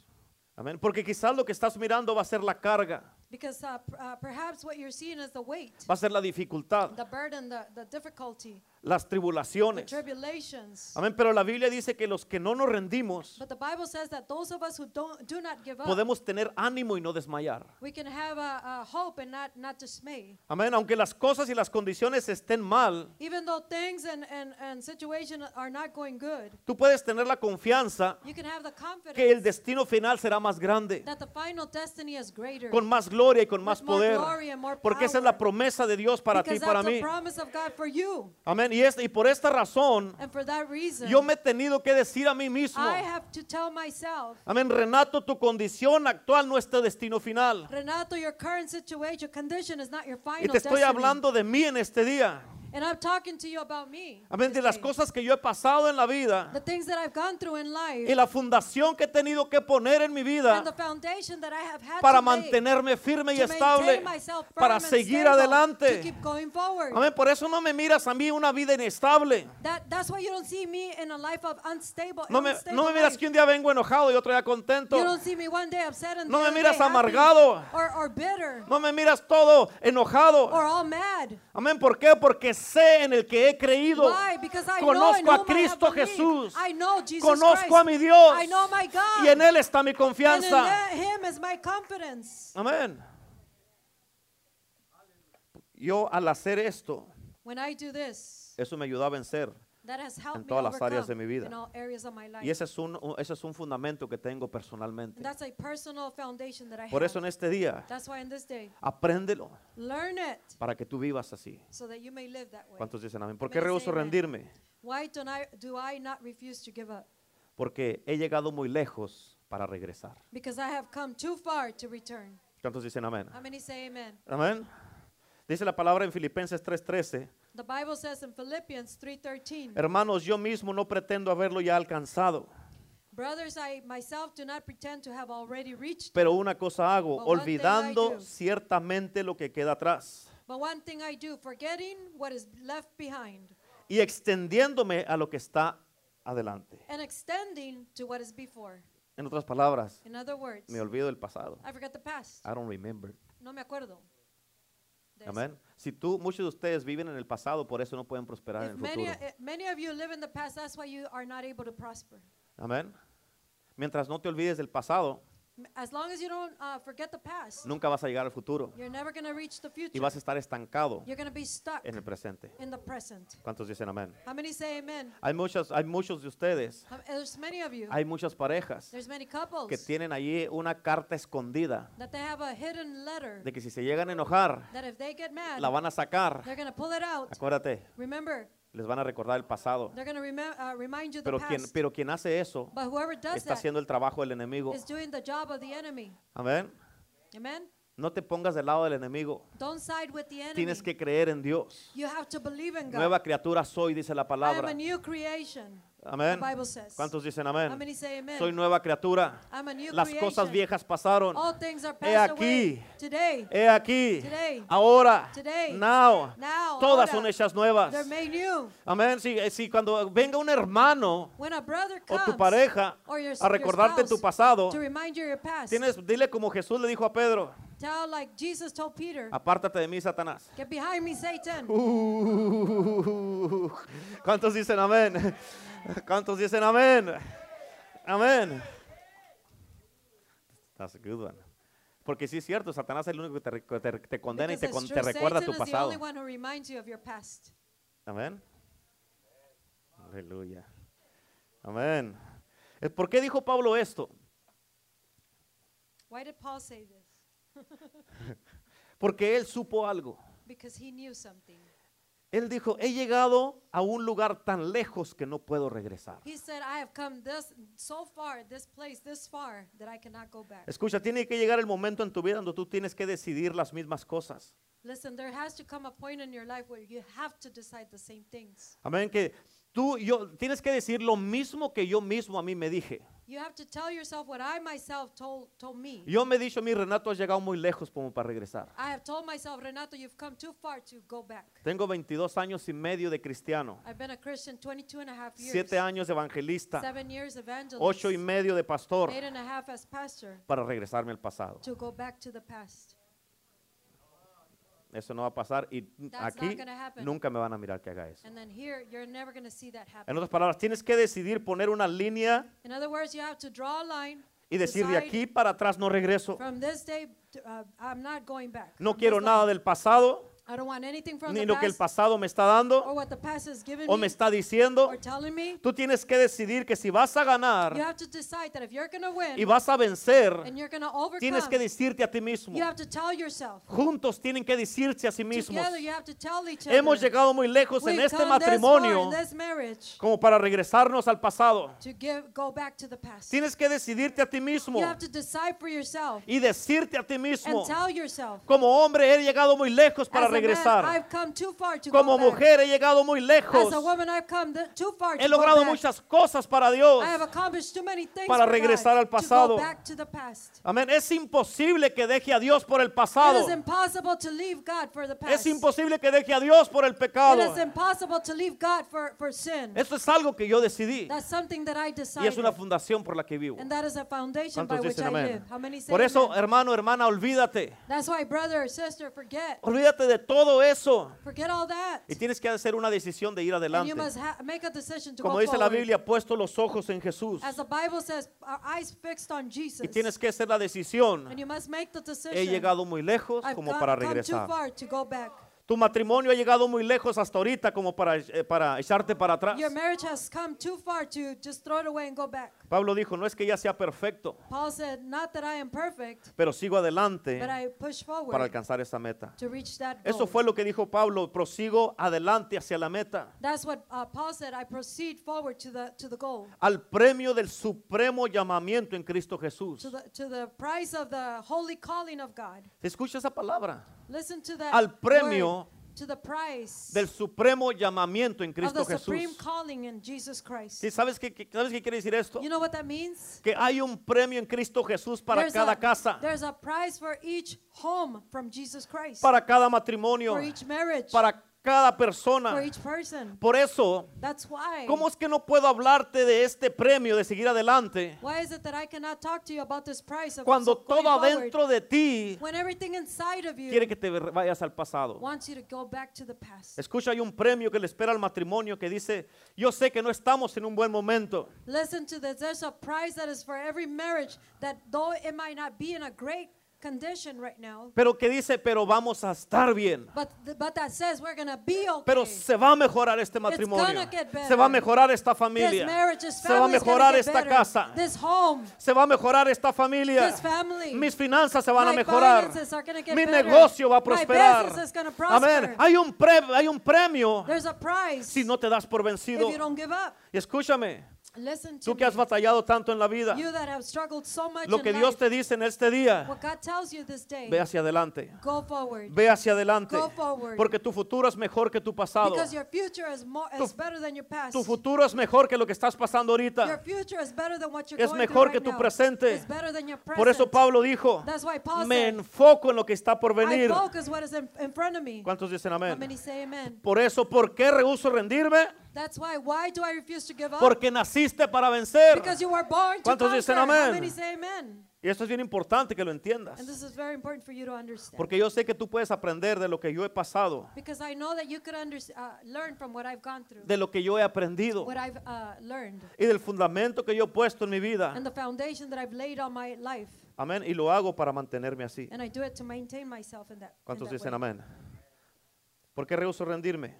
Amén. Porque quizás lo que estás mirando va a ser la carga, Because uh, p- uh, perhaps what you're seeing is the weight, va a ser la dificultad, the burden, the, the difficulty, las the tribulaciones. tribulations. Amén. Pero la Biblia dice que los que no nos rendimos But the Bible says that those of us who don't, do not give up, podemos tener ánimo y no desmayar. we can have a, a hope and not, not dismay. Amén. Aunque las cosas y las condiciones estén mal, Even though things and, and, and situation are not going good, tú puedes tener la confianza you can have the confidence que el destino final será más grande, that the final destiny is greater. con más gloria y con más more poder, glory and more porque esa es power. la promesa de Dios para ti y because para that's mí. a promise of God for you. Amén. Y, es- y por esta razón, And for that reason, yo me he tenido que decir a mí mismo, I have to tell myself, amén, Renato, tu condición actual no es tu destino final. Renato, your current situation, your condition is not your final Y te estoy destiny. hablando de mí en este día. And I'm talking to you about me. Amén, de this las day. cosas que yo he pasado en la vida The things that I've gone through in life y la fundación que he tenido que poner en mi vida and the foundation that I have had para to lay mantenerme firme y to estable, maintain myself firm para and seguir stable, to adelante. keep going forward. Amén, por eso no me miras a mí una vida inestable. That, that's why you don't see me in a life of unstable, No me, unstable no me miras life. que un día vengo enojado y otro día contento. You don't see me one day upset and No me the other miras day happy amargado. Or, or bitter No me miras todo or enojado. all mad. Amén, ¿por qué? Porque sé en el que he creído. Why? Because I Conozco know in a whom I have Cristo believed. Jesús. I know Jesus Christ. Conozco a mi Dios. I know my God. Y en Él está mi And in confianza. that- him is my confidence. Amén. Yo al hacer esto, When I do this, eso me ayudó a vencer. that has helped En me todas las áreas de mi overcome vida. in all areas of my life. Y ese es un, ese es un fundamento que tengo And personalmente. that's a personal foundation that I Por have. eso en este día, That's why in this day, apréndelo learn it para que tú vivas así. so that you may live that way. ¿Cuántos dicen amén? ¿Por qué Many say rehuso amen. rendirme? Why do I, do I not refuse to give up? Porque he llegado muy lejos para regresar. Because I have come too far to return. ¿Cuántos dicen amén? How many say amen? Amén. Dice la palabra en Filipenses 3:13, The Bible says in Philippians 3:13, hermanos, yo mismo no pretendo haberlo ya alcanzado, brothers, I myself do not pretend to have already reached, pero una cosa hago, But one thing I olvidando do. ciertamente lo que queda atrás but one thing I do, forgetting what is left behind y extendiéndome a lo que está adelante. and extending to what is before. En otras palabras, In other words, me olvido del pasado. I forget the past. I don't remember. No me acuerdo. de eso. Amén. Si tú, muchos de ustedes viven en el pasado, por eso no pueden prosperar en If el many, futuro. eh, many of you live in the past, that's why you are not able to prosper. Amén. Mientras no te olvides del pasado, As long as you don't uh, forget the past, nunca vas a llegar al futuro you're never going to reach the Mm. y future. vas a estar estancado You're going to be stuck en el presente. in the present. ¿Cuántos dicen amén? How many say amen? Hay muchos, hay muchos de ustedes, How- There's many of you. hay muchas parejas There's many couples que tienen allí una carta escondida that they have a hidden letter de que si se llegan a enojar, that if they get mad, la van a sacar. they're going to pull it out. Acuérdate, Remember, les van a recordar el pasado. they're going to remem- uh, remind you the Pero quien, past. pero quien hace eso but whoever does está that haciendo el trabajo del enemigo. is doing the job of the enemy. Amén. Amen? No te pongas del lado del enemigo. Don't side with the enemy. Tienes que creer en Dios. you have to believe in God. Nueva criatura soy, dice la I am a palabra. new creation. Amén. The Bible says. ¿Cuántos dicen How many amén? say amen? Soy nueva criatura. I'm a new Las creation. cosas viejas pasaron. All things are He passed aquí. Eh, away. Today, He aquí, Today. ahora, Today. now, Now, todas ahora. son hechas nuevas. they're made new. Amén. Si, si cuando venga un hermano When a brother o comes tu pareja or your, a your recordarte tu spouse pasado, to remind you of your past, tienes, dile como Jesús le dijo a Pedro, tell like Jesus told Peter, apártate de mí, Satanás. get behind me, Satan. Uh, ¿Cuántos dicen amén? ¿Cuántos dicen amén? Amén. That's a good one. Porque sí es cierto, Satanás es el único que te, re- que te- te condena y te, Because it's con- te true, recuerda Satan tu is the pasado. only one who reminds you of your past. Amén. Aleluya. Amén. Eh, ¿Por qué dijo Pablo esto? Why did Paul say this? Porque él supo algo. Because he knew something. Él dijo, he llegado a un lugar tan lejos que no puedo regresar. He said, I have come this so far, this place, this far, that I cannot go back. Escucha, tiene que llegar el momento en tu vida donde tú tienes que decidir las mismas cosas. Listen, there has to come a point in your life where you have to decide the same things. Amén, que tú yo tienes que decir lo mismo que yo mismo a mí me dije. You have to tell yourself what I myself told told me. Yo me he dicho, mi Renato has llegado muy lejos como para regresar. I have told myself, Renato, you've come too far to go back. Tengo 22 años y medio de cristiano, I've been a Christian 22 and a half years. 7 años de evangelista, Seven years evangelist. 8 y medio de pastor Eight and a half as pastor para regresarme al pasado. to go back to the past. Eso no va a pasar y That's aquí not gonna happen. nunca me van a mirar que haga eso. And then here, you're never going to see that happen. En otras palabras, tienes que decidir poner una línea In other words, you have to draw a line. y decir de decide, aquí para atrás no regreso. From this day, t- uh, I'm not going back. No From quiero this nada line. del pasado, I don't want anything from ni the lo que el past pasado me está or dando what the past has given o me me está diciendo. or telling me. Tú tienes que decidir que si vas a You ganar have to decide that if you're going to y win vas a vencer, and you're going to tienes que overcome, decirte a ti mismo. you have to tell yourself. Juntos tienen que decirse a sí mismos. Together, you have to tell each other. Hemos llegado muy lejos en "We've este come this far matrimonio in this marriage como para regresarnos al pasado. to give, go back to the past. Tienes que decidirte a ti mismo You have to decide for yourself y decirte a ti mismo. and tell yourself. Como hombre he llegado muy lejos para As a man, regresar. I've come too far to Como go back. mujer he llegado muy lejos. As a woman, I've come th- too far He to go logrado back. muchas cosas para Dios. I have accomplished too many things para for God regresar al To pasado. go back to the past. Amén. Es imposible que deje a Dios por el It pasado. is impossible to leave God for the Es past. imposible que deje a Dios por el It pecado. is impossible to leave God for, for sin. Eso es algo que yo decidí That's something that I y decided. es una fundación por la que vivo. and that is a foundation by ¿Cuántos which dicen I amén? live. How many say Por eso, amen? hermano, hermana, olvídate. That's why, brother or sister, forget. Olvídate de todo eso Forget all that. y tienes que hacer una decisión de ir And you adelante. must ha- make a decision to Como go dice la forward. Biblia, puesto los ojos en Jesús As the Bible says, our eyes fixed on Jesus. y tienes que hacer la decisión. and you must make the decision. He llegado muy lejos I've como gone- para come too regresar. far to go back. Tu matrimonio ha llegado muy lejos hasta ahorita como para, eh, para echarte para atrás. Your marriage has come too far to just throw it away and go back. Pablo dijo, no es que ya sea perfecto, Paul said, Not that I am perfect, pero sigo adelante but I push forward para alcanzar esa meta. to reach that goal. Eso fue lo que dijo Pablo, prosigo adelante hacia la meta, That's what uh, Paul said. I proceed forward to the, to the goal, al premio del supremo llamamiento en Cristo to Jesús. the, to the prize of the holy calling of God. Escucha esa palabra, Listen to that. Al premio word, to the prize del supremo llamamiento en of Cristo the supreme Jesús. calling in Jesus Christ. ¿Sí, ¿Sabes qué, qué- ¿Sabes qué quiere decir esto? You know what that means? Que hay un premio en Cristo Jesús para There's cada a, casa, There's a prize for each home from Jesus Christ. para cada matrimonio, for each marriage. para cada for persona. each person. Por eso, That's why. ¿cómo es que no puedo hablarte de este premio de seguir adelante Why is it that I cannot talk to you about this price of cuando going todo forward, adentro de ti when everything inside of you quiere que te vayas al pasado? wants you to go back to the past? Escucha, hay un premio que le espera al matrimonio que dice, yo sé que no estamos en un buen momento, Listen to this. There's a prize that is for every marriage that though it might not be in a great condition right now, pero que dice, pero vamos a estar bien. but th- but that says we're gonna be okay. Pero se va a mejorar este matrimonio. gonna get better. Se va a mejorar esta this familia. marriage, this Se va a family is gonna mejorar get esta better. casa. This home, Se va a mejorar esta familia. this family. Mis finanzas se van a My mejorar. finances are gonna get Mi better. negocio va a My prosperar. business is gonna prosper. Amén. Hay un, pre- hay un premio There's a prize si no te das por vencido. if you don't give up. Y escúchame, Listen to tú que has me. batallado tanto en la vida, you that have struggled so much lo in que Dios life, te dice en este día, what God tells you this day, ve hacia adelante. go forward. Ve hacia adelante. Go forward. Porque tu futuro es mejor que tu pasado. Because your future is more is better than your past. Tu futuro es mejor que lo que estás pasando Your ahorita. future is better than what you're Es going mejor through que right tu now. presente. It's better than your Por eso present. Pablo dijo, That's why Paul me said, enfoco en lo que está por venir. I focus what is in, in front of me. ¿Cuántos dicen How amén? many say amen? Por eso, ¿por qué rehuso rendirme? That's why. Why do I refuse to give up? Porque naciste para vencer. because you were born to ¿Cuántos conquer. dicen How amén? many say amen? Y esto es bien importante que lo entiendas. And this is very important for you to understand. Porque yo sé que tú puedes aprender de lo que yo he pasado, because I know that you could under, uh, learn from what I've gone through, de lo que yo he aprendido what I've uh, learned, y del fundamento que yo he puesto en mi vida. and the foundation that I've laid on my life. Amén. Y lo hago para mantenerme así. And I do it to maintain myself in that. in ¿Cuántos that dicen way. amén? ¿Por qué rehuso rendirme?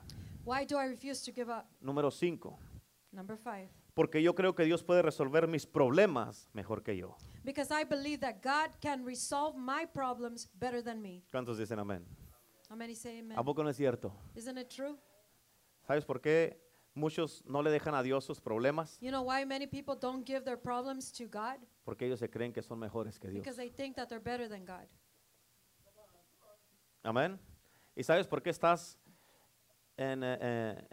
Why do I refuse to give up? Número 5. Number five. Porque yo creo que Dios puede resolver mis problemas mejor que yo. Because I believe that God can resolve my problems better than me. ¿Cuántos dicen amén? How many say amen? ¿A poco no es cierto? Isn't it true? ¿Sabes por qué muchos no le dejan a Dios sus problemas? You know why many people don't give their problems to God? Porque ellos se creen que son mejores que Dios. Because they think that they're better than God. Amén. ¿Y sabes por qué estás en, eh, eh,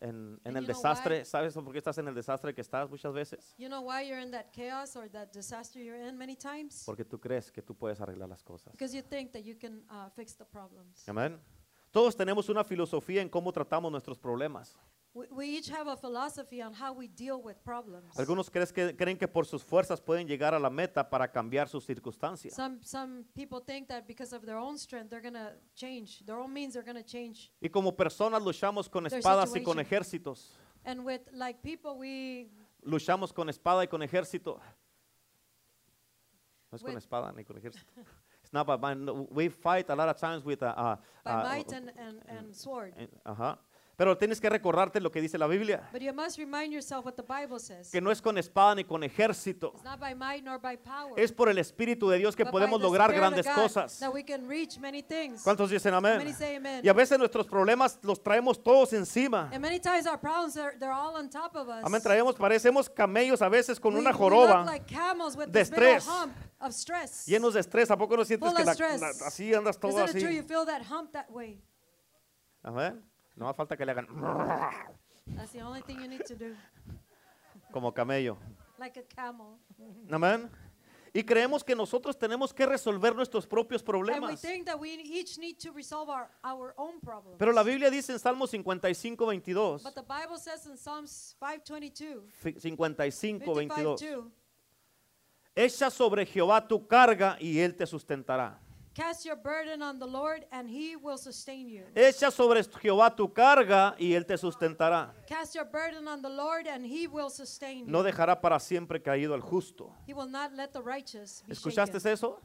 en, en And el you know desastre? why? ¿Sabes por qué estás en el desastre que estás muchas veces? You know why you're in that chaos or that disaster you're in many times? Porque tú crees que tú puedes arreglar las cosas. Because you think that you can uh, fix the problems. Amén. Todos tenemos una filosofía en cómo tratamos nuestros problemas. We, we each have a philosophy on how we deal with problems. Algunos crees que- creen que por sus fuerzas pueden llegar a la meta para cambiar sus circunstancias. Some, some people think that because of their own strength, they're going to change. Their own means, they're going to change. Y como personas luchamos con Their espadas y con situation. ejércitos. And with like people, we Luchamos con espada y con ejército. No es con With- espada ni con ejército. It's not by might, no, we fight a lot of times with uh, uh, by uh, might and, and, and sword. eh, ajá. Pero tienes que recordarte lo que dice la Biblia, But you must remind yourself what the Bible says. que no es con espada ni con ejército. It's not by might nor by power. Es por el espíritu de Dios que but by podemos the lograr Spirit of grandes God, cosas. That we can reach many things. ¿Cuántos dicen amén? Many say amen. Y a veces nuestros problemas los traemos todos encima. And many times our problems are they're all on top of us. Amén, traemos, parecemos camellos a veces con We- una we joroba, look like camels with de this big old estrés. hump of stress. llenos de estrés. ¿A poco no sientes Full que of la- stress. la- así andas todo Isn't it true así? you feel that hump that way? Amén. No más falta que le hagan That's the only thing you need to do, como camello. like a camel. Amén. Y creemos que nosotros tenemos que resolver nuestros propios And we problemas. think that we each need to resolve our, our own problems. Pero la Biblia dice en Salmo 55, 22, But the Bible says in Psalms 522, fi- 55, 22, 55:2, echa sobre Jehová tu carga y él te sustentará. cast your burden on the Lord and he will sustain you. Echa sobre Jehová tu carga y él te sustentará. Cast your burden on the Lord and he will sustain you. No dejará para siempre caído al justo. He will not let the righteous be ¿Escuchaste shaken. eso?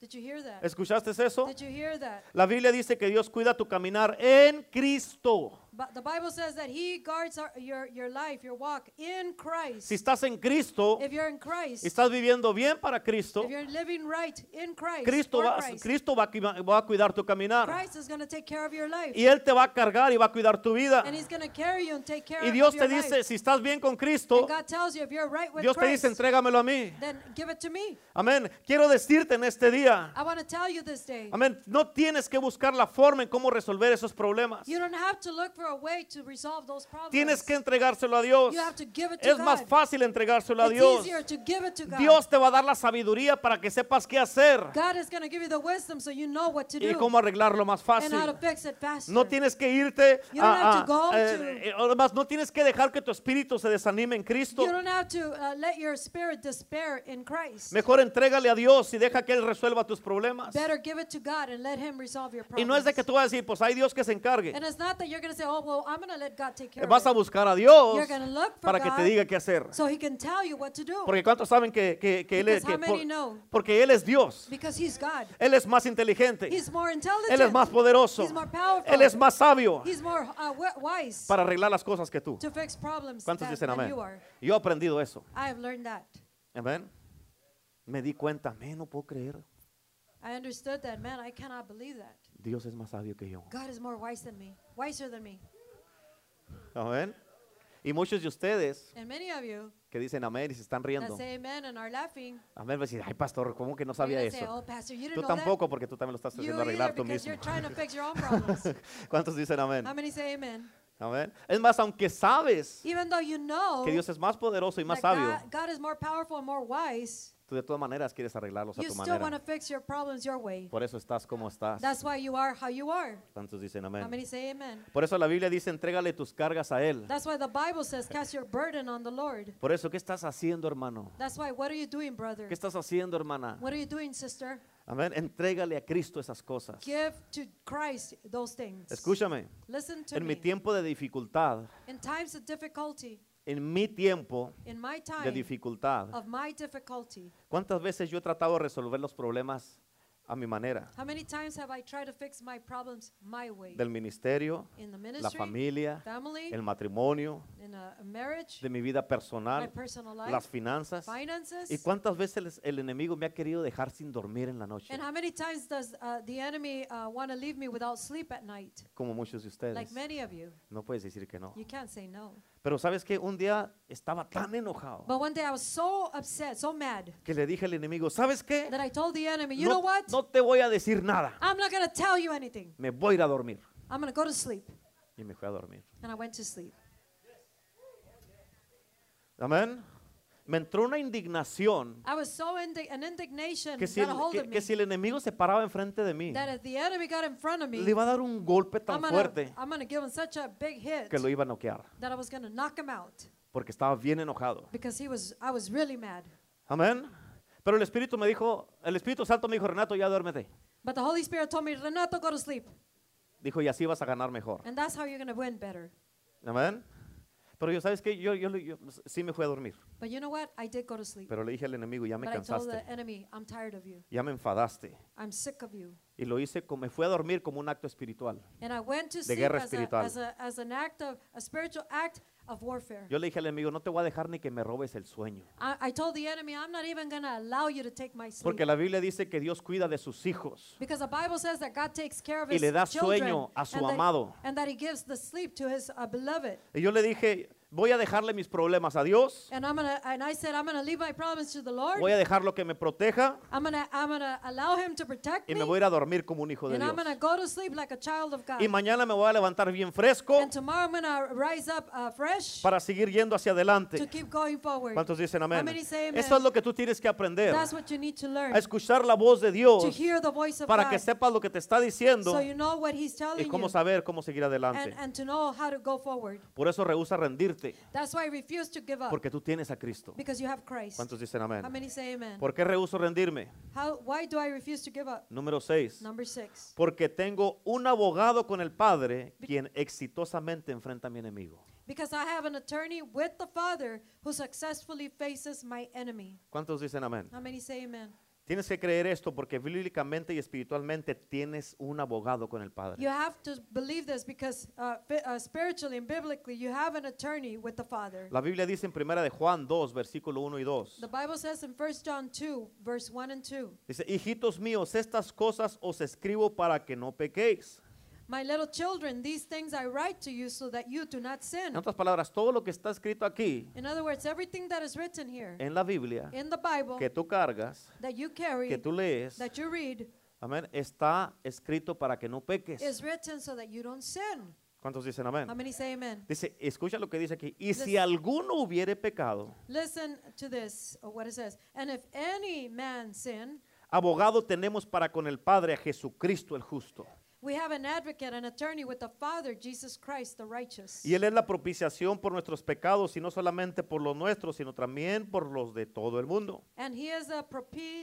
Did you hear that? ¿Escuchaste eso? Did you hear that? La Biblia dice que Dios cuida tu caminar en Cristo. But the Bible says that he guards our, your, your life, your walk in Christ. Si estás en Cristo, if you're in Christ, estás viviendo bien para Cristo, if you're living right in Christ, Cristo for va, Christ, Cristo va, a cuida- va a cuidar tu caminar. Christ is going to take care of your life. Y Él te va a cargar y va a cuidar tu vida. And he's going to carry you and take care Y Dios of your te dice, life. si estás bien con Cristo, And God tells you if you're right with Dios te Christ, dice, entrégamelo a mí. then give it to me. Amén. Quiero decirte en este día, I want to tell you this day. amén, no tienes que buscar la forma en cómo resolver esos problemas. You don't have to look for a way to resolve those problems. Tienes que entregárselo a Dios. You have to give it to Es más God. fácil entregárselo a it's Dios. easier to give it to God. Dios te va a dar la sabiduría para que sepas qué hacer God is going to give you the wisdom so you know what to y do cómo arreglarlo más and how to fácil. fix it faster. No tienes que irte You don't a, have to go a- eh, to- eh, además, no tienes que dejar que tu espíritu se desanime en Cristo. you don't have to uh, let your spirit despair in Christ. Mejor entrégale a Dios y deja que Él resuelva tus problemas. Better give it to God and let Him resolve your Y problems. no es de que tú vas a decir, pues hay Dios que se encargue. And it's not that you're going to say, oh, well, I'm going to let God take care Vas a of it. buscar a Dios You're gonna look for para que te God. diga qué hacer. So He can tell you what to do. Porque ¿cuántos saben que, que- que Él es? Because que how many know? porque Él es Dios. Because He's God. Él es más inteligente. He's more intelligent. Él es más poderoso. He's more powerful. Él es más sabio He's more uh, wi- wise para arreglar las cosas que tú. to fix problems ¿Cuántos than, dicen than amén? you are. Yo he aprendido eso. I have learned that. Amén. Me di cuenta, me no puedo creer. I understood that. Man, I cannot believe that. Dios es más sabio que yo. God is more wise than me, wiser than me. Amén. Y muchos de ustedes And many of you que dicen amén y se están that riendo. say amen and are laughing, Amén, va a decir, ay pastor, ¿cómo que no you're sabía gonna say, oh, eso? Pastor, you Tú didn't know tampoco, porque tú también lo estás that. You haciendo either arreglar tú because mismo. you're trying to fix your own problems. ¿Cuántos dicen amén? How many say amen? Amén. Es más, aunque sabes Even though you know que Dios es más poderoso y más that sabio, Oh. God, God is more powerful and more wise, tú de todas maneras quieres arreglarlos a you tu still want to manera. fix your problems your way. Por eso estás como estás. That's why you are how you are. ¿Cuántos dicen How amén? many say amen? Por eso la Biblia dice, entrégale tus cargas a Él. That's why the Bible says, cast your burden on the Lord. Por eso, ¿qué estás haciendo, hermano? That's why, what are you doing, brother? ¿Qué estás haciendo, hermana? What are you doing, sister? Amén. Entrégale a Cristo esas cosas. Give to Christ those things. Escúchame. Listen to En mi me. tiempo de dificultad, In times of difficulty, en mi tiempo in my de time Oh. dificultad, of my difficulty, ¿cuántas veces yo he tratado de resolver los problemas a mi manera? how many times have I tried to fix my problems my way? Del ministerio, In la the ministry, familia, family, el matrimonio, in a a marriage, de mi vida my personal, personal las life, finanzas. ¿Y finances. cuántas veces el- el enemigo me ha querido dejar sin dormir en la noche? And how many times does uh, the enemy uh, want to leave me without sleep at night? Como muchos de Like ustedes. many of you, No puedes decir que no. you can't say no. Pero sabes que un día estaba tan enojado But one day I was so upset, so mad, que le dije al enemigo, ¿sabes qué? that I told the enemy, you no, know what? no te voy a decir nada. I'm not going to tell you anything. Me voy a ir a dormir. I'm going to go to sleep. Y me fui a dormir. And I went to sleep. Amén. Me entró una indignación I was so indi- an indignation que si, got el, a hold que- of me que si el enemigo se paraba enfrente de mí, that if the enemy got in front of me, le iba a dar un golpe tan I'm fuerte going to give him such a big hit que lo iba a noquear. that I was going to knock him out Porque estaba bien enojado. because he was I was really mad. Amén. Pero el Espíritu me dijo, el Espíritu Santo me dijo, Renato, ya duérmete. But the Holy Spirit told me, Renato, go to sleep. Dijo, y así vas a ganar mejor. And that's how you're going to win better. Amén. Pero yo, ¿sabes qué? Yo, yo, yo sí me fui a dormir. But you know what? I did go to sleep. Pero le dije al enemigo, ya me But I told cansaste, the enemy, I'm tired of you. ya me enfadaste. I'm sick of you. Y lo hice, como- me fui a dormir como un acto espiritual. And I went to De sleep guerra as, a, espiritual. as, a, as an act of a spiritual act of warfare. Yo le dije al enemigo, no te voy a dejar ni que me robes el sueño. I, I told the enemy, I'm not even going to allow you to take my sleep. Porque la Biblia dice que Dios cuida de sus hijos. Because the Bible says that God takes care of Y his le da children sueño a su and, that, amado. and that he gives the sleep to his uh, beloved. Y yo le dije, voy a dejarle mis problemas a Dios, And I'm gonna and I said I'm gonna leave my problems to the Lord. voy a dejar lo que me proteja I'm gonna I'm gonna allow him to protect y me. me voy a ir a dormir como un hijo de and Dios. I'm gonna go to sleep like a child of God. Y mañana me voy a levantar bien fresco and tomorrow I'm gonna rise up uh, fresh para seguir yendo hacia to adelante. keep going forward. ¿Cuántos dicen How amén? many say amen? Eso es lo que tú tienes que aprender, That's what you need to learn. a escuchar la voz de to Dios hear the voice of para God. que sepas lo que te está diciendo so you know what he's telling y cómo you. saber cómo seguir And, adelante. and to know how to go forward. Por eso rehúsa rendirte, That's why I refuse to give up. porque tú tienes a Cristo. Oh. because you have Christ. ¿Cuántos dicen How amén? many say amen? ¿Por qué rehuso rendirme? How, why do I refuse to give up? Número 6. Number six. Porque tengo un abogado con el Padre quien exitosamente enfrenta a mi enemigo. Because I have an attorney with the Father who successfully faces my enemy. ¿Cuántos dicen amén? How many say amen? Tienes que creer esto porque bíblicamente y espiritualmente tienes un abogado con el You Padre. have to believe this because uh, fi- uh, spiritually and biblically, you have an attorney with the Father. La Biblia dice en primera de Juan 2, versículo 1 y 2. The Bible says in 1 John 2, verse 1 and 2, Dice, hijitos míos, estas cosas os escribo para que no pequéis. My little children, these things I write to you so that you do not En sin. otras palabras, todo lo que está escrito aquí In other words, everything that is written here en la Biblia, in the Bible Eh, que tú cargas, that you que carry, tú lees, that you read, amén, está escrito para que no peques. is written so that you don't sin. ¿Cuántos dicen amén? How many say amen? Dice, escucha lo que dice aquí. Y si Listen. alguno hubiere pecado, Listen to this, or what it says. And if any man sin, abogado tenemos para con el Padre a Jesucristo el justo. we have an advocate, an attorney with the Father, Jesus Christ, the righteous. Y Él es la propiciación por nuestros pecados, y no solamente por los nuestros, sino también por los de todo el mundo. And he is a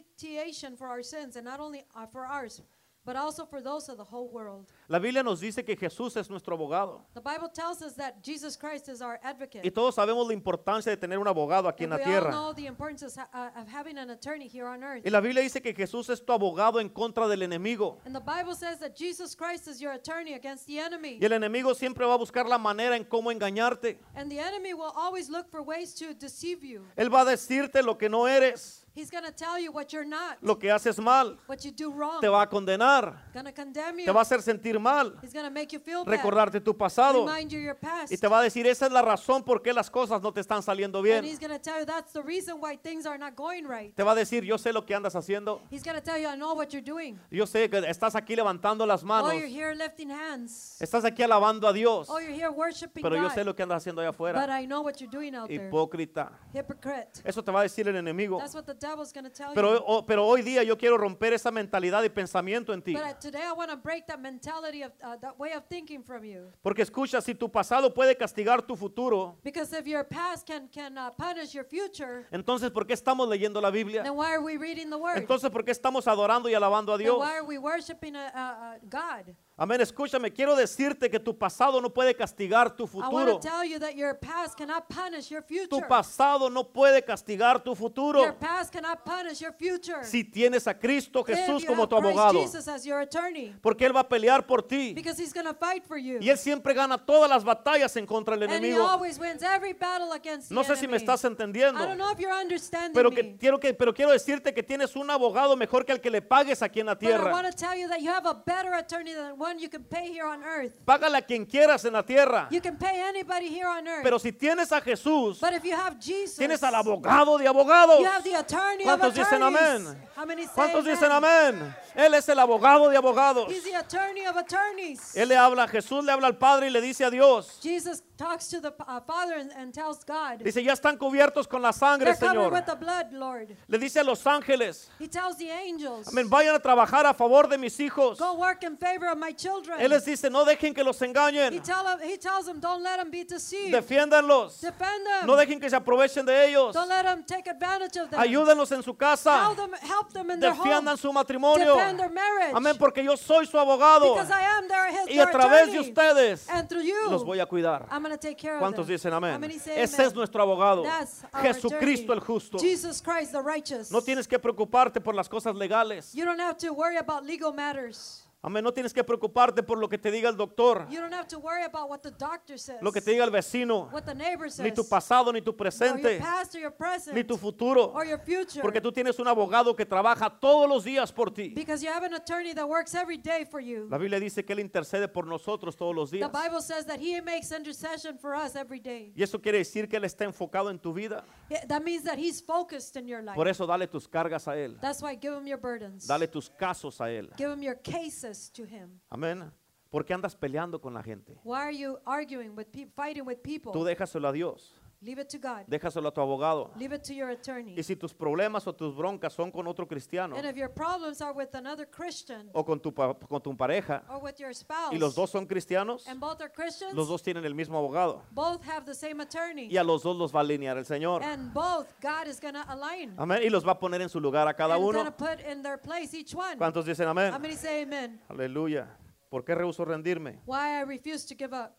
propitiation for our sins, and not only uh, for ours, but also for those of the whole world. La Biblia nos dice que Jesús es nuestro abogado. The Bible tells us that Jesus Christ is our advocate. Y todos sabemos la importancia de tener un abogado aquí en and la we all tierra. know the importance of, ha- uh, of having an attorney here on earth. Y la Biblia dice que Jesús es tu abogado en contra del enemigo. And the Bible says that Jesus Christ is your attorney against the enemy. Y el enemigo siempre va a buscar la manera en cómo engañarte. And the enemy will always look for ways to deceive you. Él va a decirte lo que no eres, He's going to tell you what you're not, lo que haces mal. what you do wrong. Te va a condenar, going to condemn te you. va a hacer sentir mal, He's going to make you feel bad. recordarte tu pasado Remind you your past. y te va a decir, esa es la razón por qué las cosas no te están saliendo and bien. he's going to tell you that's the reason why things are not going right. Te va a decir, yo sé lo que andas haciendo, He's going to tell you, I know what you're doing. yo sé que estás aquí levantando las oh, manos, you're here lifting hands. estás aquí alabando a Dios, Oh, you're here worshiping pero yo God. sé lo que andas haciendo allá but afuera. I know what you're doing out there. Hipócrita. Hypocrite. Eso te va a decir el enemigo. That's what the devil's going to tell Pero, you. o- pero hoy día yo quiero romper esa mentalidad y pensamiento en ti. But I, today I want to break that mentality of uh, that way of thinking from you. Porque escucha, si tu pasado puede castigar tu futuro, Because if your past can can uh, punish your future, entonces ¿por qué estamos leyendo la Biblia? then why are we reading the word? Entonces ¿por qué estamos adorando y alabando a then Dios? why are we worshiping uh, uh, uh, God? Amén, escúchame, quiero decirte que tu pasado no puede castigar tu I want futuro. to tell you that your past cannot punish your future. Tu pasado no puede castigar tu Your futuro past cannot punish your future. si tienes a Cristo If Jesús you como have tu Christ abogado. Jesus as your attorney, Porque Él va a pelear por ti. because he's going to fight for you. Y Él siempre gana todas las batallas en contra del and he enemigo. always wins every battle against No the sé si me enemy. estás entendiendo. I don't know if you're understanding Pero, me. que, quiero que, pero quiero decirte que tienes un abogado mejor que el que le pagues aquí en la But I tierra. want to tell you that you have a better attorney than one you can pay here on earth. Págale a quien quieras en la tierra. You can pay anybody here on earth. Pero si tienes a Jesús, but if you have Jesus, tienes al abogado de abogados. you have the attorney of ¿Cuántos dicen attorneys. amén? How many say ¿Cuántos amen? dicen amén? Él es el abogado de abogados. He's the attorney of attorneys. Él le habla, Jesús le habla al Padre y le dice a Dios. Jesus talks to the uh, Father and, and tells God, Dice, ya están cubiertos con la sangre, They're covered Señor. with the blood, Lord. Le dice a los ángeles, He tells the angels, amén, vayan a trabajar a favor de mis hijos. Go work in favor of my children. Él les dice, no dejen que los he, engañen. tell them, he tells them, Don't let them be deceived. Defiéndanlos. Defend them. No dejen que se aprovechen de ellos. Don't let them take advantage of them. Ayúdenlos en su casa. Help them, help them in their home. Defiendan su matrimonio. Defend their marriage. Amén, porque yo soy su abogado. Because I am their, his, Y a their través de attorney. ustedes And through you, los voy a cuidar. I'm going to take care ¿Cuántos of them. dicen How amén? many say Ese amen? es nuestro abogado. That's our Jesucristo el attorney. justo. Jesus Christ the righteous. No tienes que preocuparte por las cosas legales. you don't have to worry about legal matters. Amén, no tienes que preocuparte por lo que te diga el doctor, You don't have to worry about what the doctor says. lo que te diga el vecino, what the neighbor says. ni tu pasado, ni tu or your presente, past or your present. ni tu futuro. or your future. Porque tú tienes un abogado que trabaja todos los días por ti. because you have an attorney that works every day for you. La Biblia dice que Él intercede por nosotros todos los The días. Bible says that he makes intercession for us every day. Y eso quiere decir que Él está enfocado en tu vida. Yeah, That means that he's focused in your life. Por eso dale tus cargas a Él. That's why give him your burdens. Dale tus casos a Él. Give him your cases to him. Amén. Porque andas peleando con la gente. Why are you arguing with people, fighting with Tú people? déjaselo a Dios. Leave it to God. Déjaselo a tu abogado. Leave it to your attorney. Y si tus problemas o tus broncas son con otro cristiano And if your problems are with another Christian o con tu, pa- con tu pareja or with your spouse, Oh. y los dos son cristianos, and both are Christians, los dos tienen el mismo abogado. both have the same attorney, Y a los dos los va a alinear el Señor. and both God is going to align. Amén. Y los va a poner en su lugar a Ah, cada and going to uno. put in their place each one. ¿Cuántos dicen How amén? many say amen? Aleluya. ¿Por qué rehuso rendirme? Why I refuse to give up.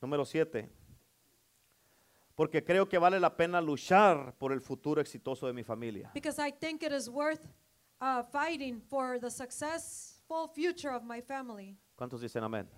Número 7. Porque creo que vale la pena luchar por el futuro exitoso de mi familia. Because I think it is worth uh, fighting for the successful future of my family. ¿Cuántos dicen amén?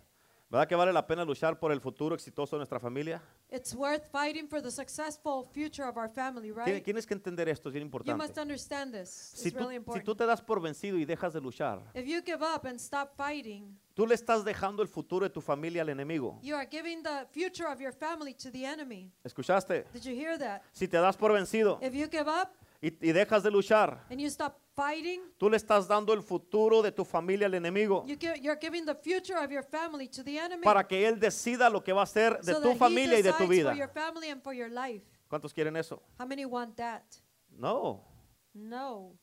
¿Verdad que vale la pena luchar por el futuro exitoso de nuestra familia? It's worth fighting for the successful future of our family, Tien- right? Tienes que entender esto, es bien You must importante. understand this. Si it's tú, really si important. tú te das por vencido y dejas de luchar, if you give up and stop fighting, tú le estás dejando el futuro de tu familia al enemigo. you are giving the future of your family to the enemy. ¿Escuchaste? Did you hear that? Si te das por vencido, If you give up y, y dejas de luchar, and you stop fighting, tú le estás dando el futuro de tu familia al enemigo you give, you're giving the future of your family to the enemy para que él decida lo que va a hacer de so tu that he familia y de decides tu for your vida. family and for your life. ¿Cuántos quieren eso? How many want that? No. No.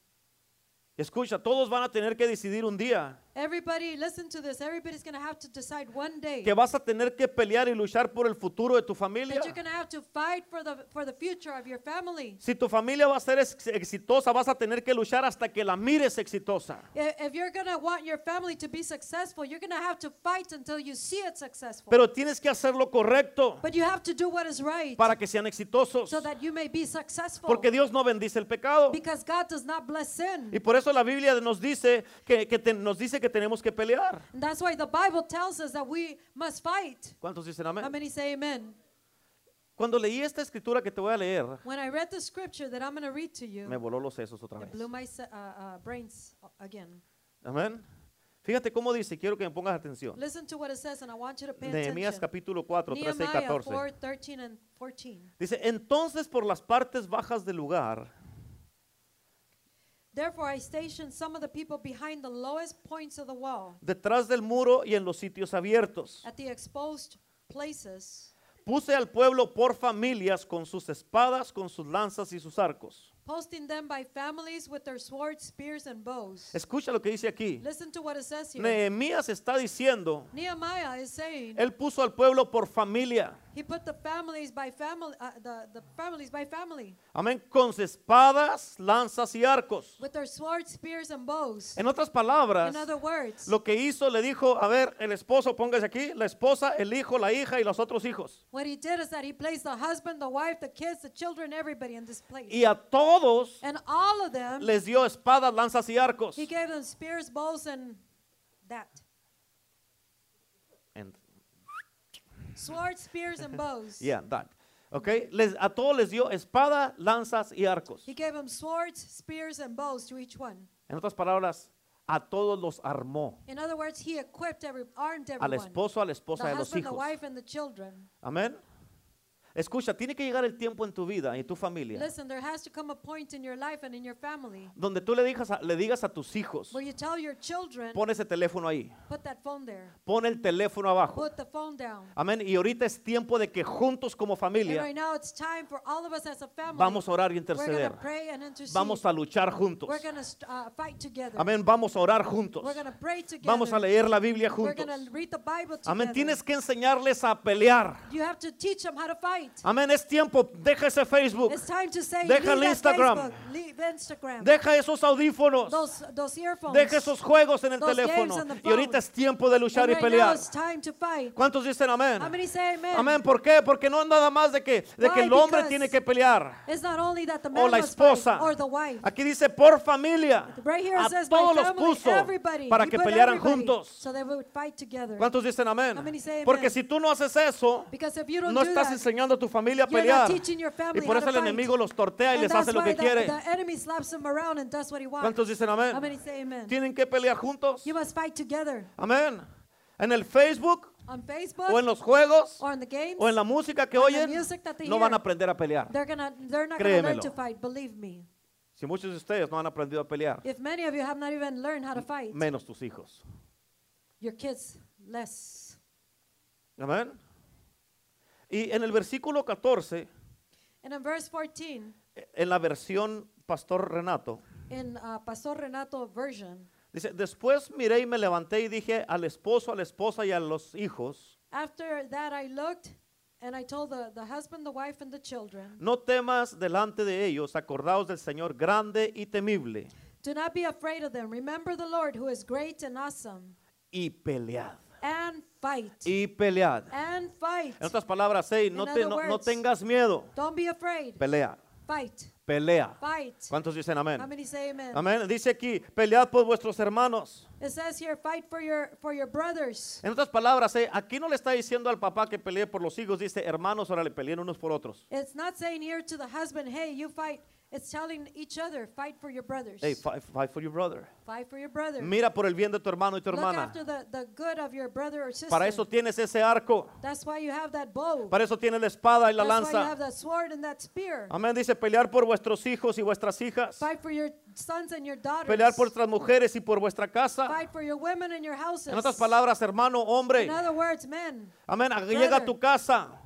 Escucha, todos van a tener que decidir un día Everybody, listen to this. Everybody's going to have to decide one day que vas a tener que pelear y luchar por el futuro de tu familia. that you're going to have to fight for the for the future of your family. Si tu familia va a ser ex- exitosa, vas a tener que luchar hasta que la mires exitosa. I- If you're going to want your family to be successful, you're going to have to fight until you see it successful. Pero tienes que hacer lo correcto but you have to do what is right para que sean exitosos. so that you may be successful. Porque Dios no bendice el pecado. because God does not bless sin. Y por eso la Biblia nos dice que, que te- nos dice que tenemos que pelear. And that's why the Bible tells us that we must fight. ¿Cuántos dicen How amén? many say amen? Cuando leí esta escritura que te voy a leer, When I read the scripture that I'm going to read to you, me voló los sesos otra it vez. blew my se- uh, uh, brains a- again. Amén. Fíjate cómo dice, quiero que me pongas atención. Listen to what it says, and I want you to pay Nehemías attention. capítulo 4, 13 y Nehemiah 14. 4, 13 and 14. Dice, entonces por las partes bajas del lugar, Therefore, I stationed some of the people behind the lowest points of the wall, detrás del muro y en los sitios abiertos, at the exposed places. puse al pueblo por familias con sus espadas, con sus lanzas y sus arcos. Posting them by families with their swords, spears, and bows. Escucha lo que dice aquí. Listen to what it says here. Nehemías está diciendo, Nehemiah is saying él puso al pueblo por familia, he put the families by family, uh, the, the families by family, amén, con sus espadas, lanzas y arcos. with their swords, spears, and bows. En otras palabras, In other words, lo que hizo le dijo, a ver, el esposo, póngase aquí, la esposa, el hijo, la hija y los otros hijos. what he did is that he placed the husband, the wife, the kids, the children, everybody in this place. Y a todos And all of them, les dio espadas, lanzas y arcos. he gave them spears, bows, and that. And- Swords, spears, and bows. yeah, that. Okay, les, a todos les dio espada, lanzas y arcos. He gave them swords, spears, and bows to each one. En otras palabras, a todos los armó. In other words, he equipped every, armed Al everyone. esposo, a la the esposa y a los husband, the hijos. wife, and the children. Amén. Escucha, tiene que llegar el tiempo en tu vida y en tu familia Listen, there has to come a point in your life and in your family donde tú le digas a, le digas a tus hijos, where you tell your children, pon ese teléfono ahí, put that phone there, pon el teléfono abajo. put the phone down. Amén. Y ahorita es tiempo de que juntos como And familia right now it's time for all of us as a family. vamos a orar y we're going interceder. to pray and intercede. Vamos a luchar juntos. we're going to uh, fight together. Amén. Vamos a orar juntos. We're going to pray together. Vamos a leer la Biblia We're juntos. going to read the Bible together. Amén. Tienes que enseñarles a pelear. You have to teach them how to fight. Amén. Es tiempo. Deja ese Facebook. It's time to say, Ah, Deja el leave that Instagram. Facebook, leave Instagram. Deja esos audífonos. those, those earphones. Deja esos juegos en el Those teléfono. games on the Y ahorita phone. es tiempo de and luchar y right now pelear. it's time to fight. ¿Cuántos dicen amén? How many say amen? Amén. ¿Por qué? Porque no es nada más de que, de que Why? el hombre Because- tiene que pelear. It's not only that the O man la must fight, esposa. or the wife. Aquí dice por familia. Right here A it says by todos los family, puso everybody. para He que put pelearan everybody juntos. So they would fight together. ¿Cuántos dicen amén? How many say Porque amen? si tú no haces eso, Because if you don't no do estás that, enseñando a tu familia a you're pelear. not teaching your Y family por how eso el to fight. enemigo los tortea y and les that's hace lo why que the, quiere. the enemy slaps them around and does what he wants. ¿Cuántos dicen How many amén? say amen? Tienen que pelear juntos. You must fight together Amén. En el Facebook on Facebook o en los juegos or on the games. o en la música que or the oyen music that they no van a hear. aprender a pelear. They're gonna, they're not gonna learn Créemelo. to fight. Believe me. Si muchos de ustedes no han aprendido a pelear, If many of you have not even learned how to fight, menos tus hijos. your kids less. Amén. Y en el versículo 14, And in verse 14, en la versión Pastor Renato, in uh, Pastor Renato version, dice, después miré y me levanté y dije al esposo, a la esposa y a los hijos, after that I looked and I told the, the husband, the wife, and the children, no temas delante de ellos, acordaos del Señor grande y temible, do not be afraid of them. Remember the Lord who is great and awesome, y pelead, and fight, y pelead. and fight. En otras palabras, hey, no, In te- other no- no words, tengas miedo, Don't be afraid. pelea, Fight, pelea. fight. ¿Cuántos dicen amén? How many say amen? Amén. Dice aquí, pelead por vuestros hermanos. It says here, fight for your for your brothers. En otras palabras, eh, aquí no le está diciendo al papá que pelee por los hijos, dice, hermanos, ahora le peleen unos por otros. It's not saying here to the husband, hey, you fight. It's telling each other, fight for your brothers. Hey, fi- fight for your brother. fight for your brother. Mira por el bien de tu hermano y tu Look hermana. after the, the good of your brother or sister. Para eso tienes ese arco. That's why you have that bow. Para eso tienes la espada y la That's why you have lanza. Ah. that sword and that spear. Amén. Dice pelear por vuestros hijos y vuestras hijas. Fight for your sons and your daughters. Pelear por vuestras mujeres y por vuestra casa. Fight for your women and your houses. En otras palabras, hermano, hombre. In other words, men, Amén. Llega a tu casa.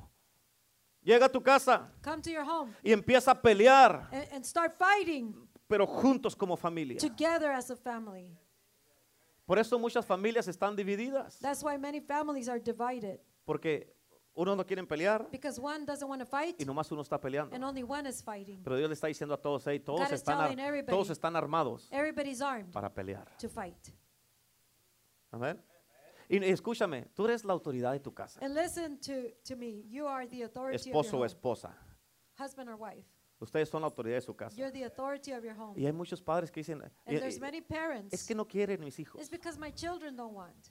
Llega a tu casa come to your home y empieza a pelear, and, and start fighting pero juntos como familia. together as a family. Por eso muchas familias están divididas. That's why many families are divided Porque unos no quieren pelear because one doesn't want to fight y nomás uno está and peleando. only one is fighting. Pero Dios le está diciendo a todos, hey, todos, God is están, ar- telling everybody. todos están armados Everybody's armed para pelear. to fight. Amén. Y escúchame, tú eres la autoridad de tu casa, And listen to, to me. You are the authority of esposo o your home. esposa. husband or wife. Ustedes son la autoridad de su casa. You're the authority of your home. Y hay muchos padres que dicen, And "Eh, there's eh, many parents. es que no quieren mis hijos. It's because my children don't want.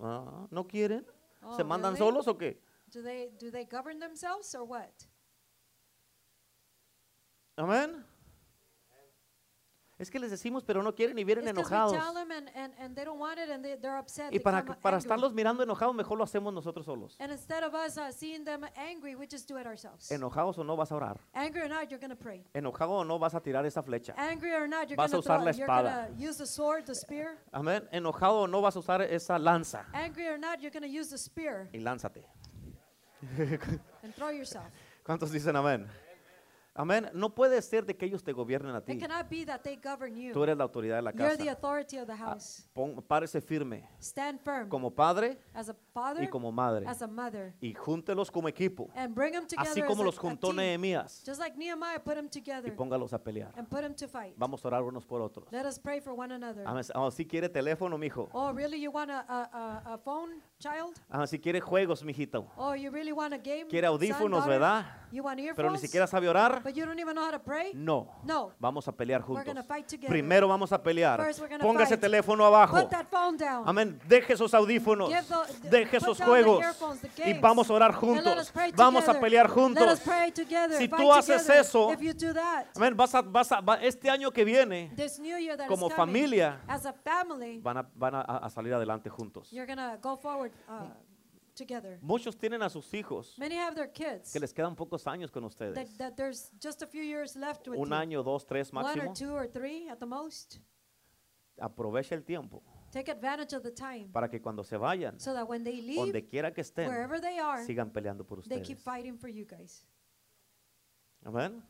Ah, ¿No quieren? Oh, ¿Se mandan really? solos o qué? Do they do they govern themselves or what? Amén. Es que les decimos, pero no quieren y vienen It's 'cause enojados. We tell them and, and, and they don't want it and they, they're upset. Y they para, come para angry. estarlos mirando enojados, mejor lo hacemos nosotros solos. And instead of us uh, seeing them angry, we just do it ourselves. Enojados o no vas a orar. Angry or not, you're going to pray. Enojado o no vas a tirar esa flecha. Angry or not, you're Vas going a to usar la You're espada. going to use the sword, the spear. Amén. Enojado o no vas a usar esa lanza. Angry or not, you're going to use the spear Y lánzate. and throw yourself. ¿Cuántos dicen amén? Amén. No puede ser de que ellos te gobiernen a It ti. cannot be that they govern you. Tú eres la autoridad de la You're the casa. authority of the house. Pon- párese firme Stand firm como padre as a father, y como madre. as a mother, Y júntelos como equipo. and bring them together Así como as a- los a juntó team. Nehemías. Just like Nehemiah put them Y together póngalos a pelear. and put them to fight. Vamos a orar unos por otros. Let us pray for one another. Amén. Ah, si quiere teléfono, mijo. Oh, really? You want a, a, a, a phone, child? Ah, si quiere juegos, mijito. Oh, you really want a game? Quiere son, audífonos, daughter? ¿verdad? You want earphones? Pero ni siquiera sabe orar. But you don't even know how to pray? No. No. Vamos a pelear We're juntos. gonna fight together. Primero vamos a pelear. First we're gonna Ponga ese fight. teléfono abajo. Put that phone down. Amén. Deje esos audífonos. Give the- Deje put esos down the juegos. earphones, the Y games. vamos a orar And let us juntos. pray Vamos a together. pelear Let us juntos. pray together, Si fight tú haces together. eso, If you do that, Amén. Vas a, vas a- va- este año que viene this new year that is como coming, familia, as a family, van a, van a, a salir adelante juntos. you're going to go forward uh, together. Muchos tienen a sus hijos Many have their kids que les quedan pocos años con ustedes. that, that there's just a few years left with Un you. año, dos, tres One or máximo. two or three at the most. Aprovecha el tiempo Take advantage of the time para que cuando se vayan, so that when they leave, donde quiera que estén, wherever they are, sigan peleando por they ustedes. keep fighting for you guys, Amén.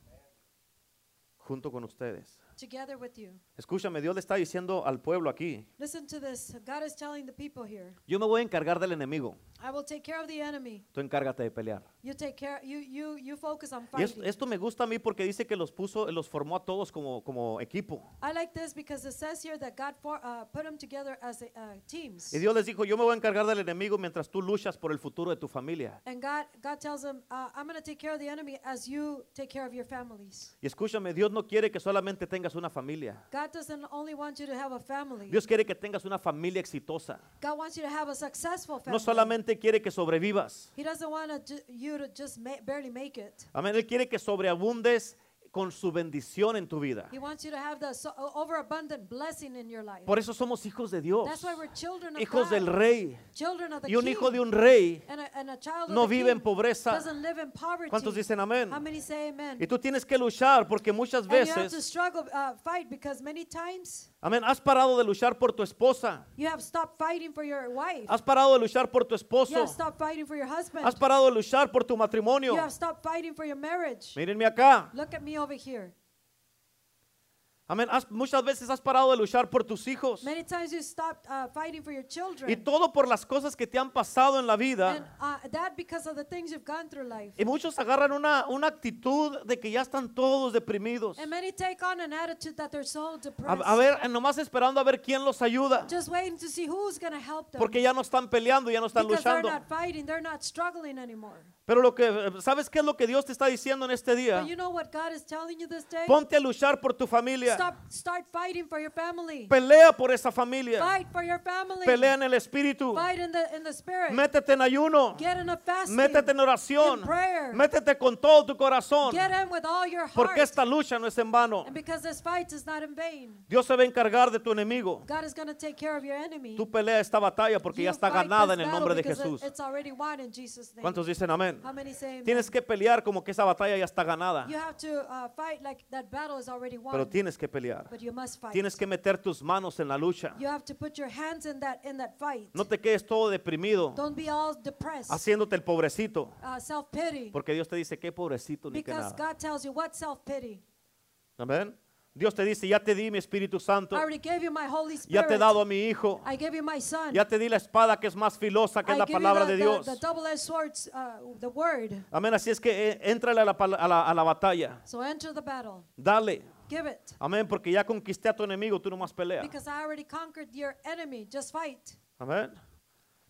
Junto con ustedes. together with you. Escúchame, Dios le está diciendo al pueblo aquí, Listen to this. God is telling the people here, yo me voy a encargar del enemigo, I will take care of the enemy. tú encárgate de pelear. You take care. You you you focus on Y es- fighting. esto me gusta a mí porque dice que los puso, los formó a todos como, como equipo. I like this because it says here that God for, uh, put them together as a, uh, teams. Y Dios les dijo, yo me voy a encargar del enemigo mientras tú luchas por el futuro de tu familia. And God God tells them, uh, I'm going to take care of the enemy as you take care of your families. Y escúchame, Dios no quiere que solamente tengas una familia. God doesn't only want you to have a family. Dios quiere que tengas una familia exitosa. God wants you to have a successful family. No solamente quiere que sobrevivas. He doesn't want to ju- you to just ma- barely make it. Amén. Él quiere que sobreabundes con su bendición en tu vida. He wants you to have the so- o- overabundant blessing in your life. Por eso somos hijos de Dios, That's why we're children of hijos God, del rey. children of the Y un King. hijo de un rey and a, and a child no of the vive king en pobreza. doesn't live in poverty. ¿Cuántos dicen amén? How many say amen? Y tú tienes que luchar porque muchas And you have to veces, struggle, uh, fight because many times amén, has parado de luchar por tu esposa, you have stopped fighting for your wife. has parado de luchar por tu You esposo, have stopped fighting for your husband. has parado de luchar por tu matrimonio. You have stopped fighting for your marriage. Mírenme acá, Look at me over here. amén, has- muchas veces has parado de luchar por tus hijos Many times you stopped uh, fighting for your children. y todo por las cosas que te han pasado en la and vida. uh, that because of the things you've gone through life. Y muchos agarran una, una actitud de que ya están todos deprimidos. And many take on an attitude that they're so A, depressed. a ver, nomás esperando a ver quién los ayuda. just waiting to see who's going to help them. Porque ya no están peleando, ya no están because they're luchando. not fighting, they're not struggling anymore. Pero lo que ¿sabes qué es lo que Dios te está diciendo en este día? But you know what God is telling you this day? Ponte a luchar por tu familia. Pelea, Stop, start fighting for your family. pelea por esa familia. Fight for your family. Pelea en el espíritu. Fight in the, in the spirit. Métete en ayuno. Get in a fasting. Métete en oración. in prayer. Métete con todo tu corazón. Get in with all your heart. Porque esta lucha no es en vano. and because this fight is not in vain. Dios se va a encargar de tu enemigo. God is going to take care of your enemy. Tú pelea esta batalla porque You ya está fight ganada this en el battle nombre de because it- Jesús. It's already won in Jesus name. ¿Cuántos dicen amén? How many say amen? Tienes que pelear como que esa batalla ya está ganada. You have to uh, fight like that battle is already won. Pero tienes que pelear. but you must fight. Tienes que meter tus manos en la lucha. you have to put your hands in that in that fight. No te quedes todo deprimido, Don't be all depressed. haciéndote el pobrecito. uh, self-pity. Porque Dios te dice, qué pobrecito ni qué Because nada. God tells you what self-pity. Amén. Dios te dice, ya te di mi Espíritu Santo. I already gave you my Holy Spirit. Ya te he dado a mi hijo. I gave you my son. Ya te di la espada que es más filosa que I es la give you palabra the, de the- Dios. The, double-edged swords, uh, the word. Amén. Así es que eh, éntrale a la, pala- a la- a la batalla. So enter the battle. Dale. Give it. Amén. Porque ya conquisté a tu enemigo. Tú nomás pelea. Because I already conquered your enemy. Just fight. Amén.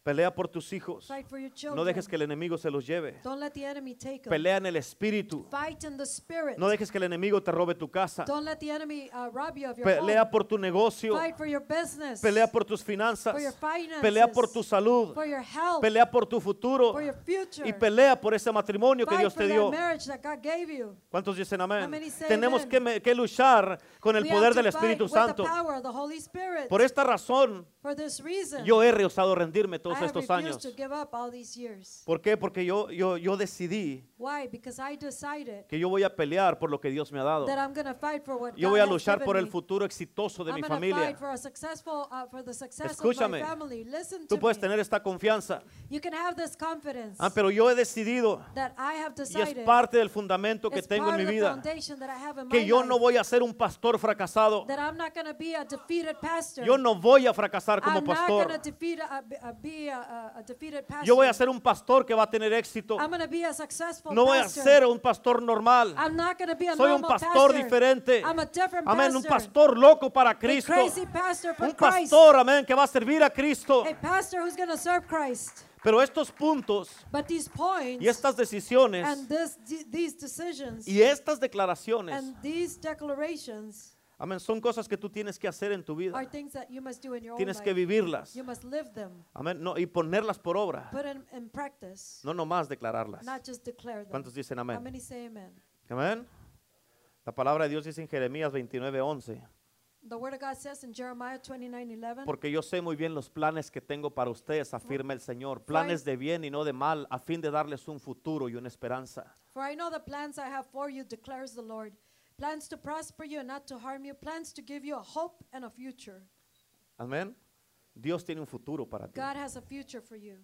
Pelea por tus hijos. Fight for your children. No dejes que el enemigo se los lleve. Don't let the enemy take them. Pelea en el espíritu. Fight in the spirit. No dejes que el enemigo te robe tu casa. Don't let the enemy uh, rob you of your Pelea home. por tu negocio. Fight for your business. Pelea por tus finanzas. For your finances. Pelea por tu salud. for your health. Pelea por tu futuro. For your future. Y pelea por ese matrimonio que Fight Dios for te that dio. marriage that God gave you. ¿Cuántos dicen How amén? many say Tenemos amen? que, me- que luchar con el We poder have to del Espíritu fight with Santo. The power of the Holy Spirit. Por esta razón, For this reason, yo he rehusado rendirme todos I have estos refused años. to give up all these years. ¿Por qué? Porque yo, yo, yo decidí Why? Because I decided que yo voy a pelear por lo que Dios me ha dado. that I'm going to fight for what Yo God voy a has luchar given por el me. futuro exitoso de I'm mi gonna familia. Fight for, a successful, uh, for the success of Escúchame. my family. Listen Tú to puedes me. tener esta confianza. You can have this confidence Ah, pero yo he decidido that I have y es decided parte del fundamento que it's tengo en part mi of the vida foundation that I have in que my yo life, no voy a ser un pastor fracasado. that I'm not going to be a defeated pastor. Yo no voy a fracasar como I'm not pastor. going to defeat a, a, a- be a, a, a defeated pastor. Yo voy a ser un pastor que va a tener éxito. I'm going to be a successful No voy a pastor. ser un pastor normal. I'm not going to be a Soy un normal pastor pastor. diferente. I'm a different Amén, un pastor. pastor loco para A Cristo. crazy pastor for Un Christ. pastor, amén, que va a servir a Cristo. A pastor who's going to serve Christ. Pero estos puntos But these points y estas decisiones and this, these decisions y estas declaraciones, and these declarations amén, son cosas que tú tienes que hacer en tu are vida. things that you must do in your own Tienes life. que vivirlas. You must live them, Amén, no, y ponerlas por obra. put them in practice, No nomás declararlas. not just declare them. ¿Cuántos dicen How amén? many say amen? Amén. La palabra de Dios dice en Jeremías 29, 11. The word of God says in Jeremiah 29, 11, Porque yo sé muy bien los planes que tengo para ustedes, afirma el Señor. Planes de bien y no de mal, a fin de darles un futuro y una esperanza. For I know the plans I have for you, declares the Lord. Plans to prosper you and not to harm you, plans to give you a hope and a future. Amén. Dios tiene un futuro para ti. God has a future for you,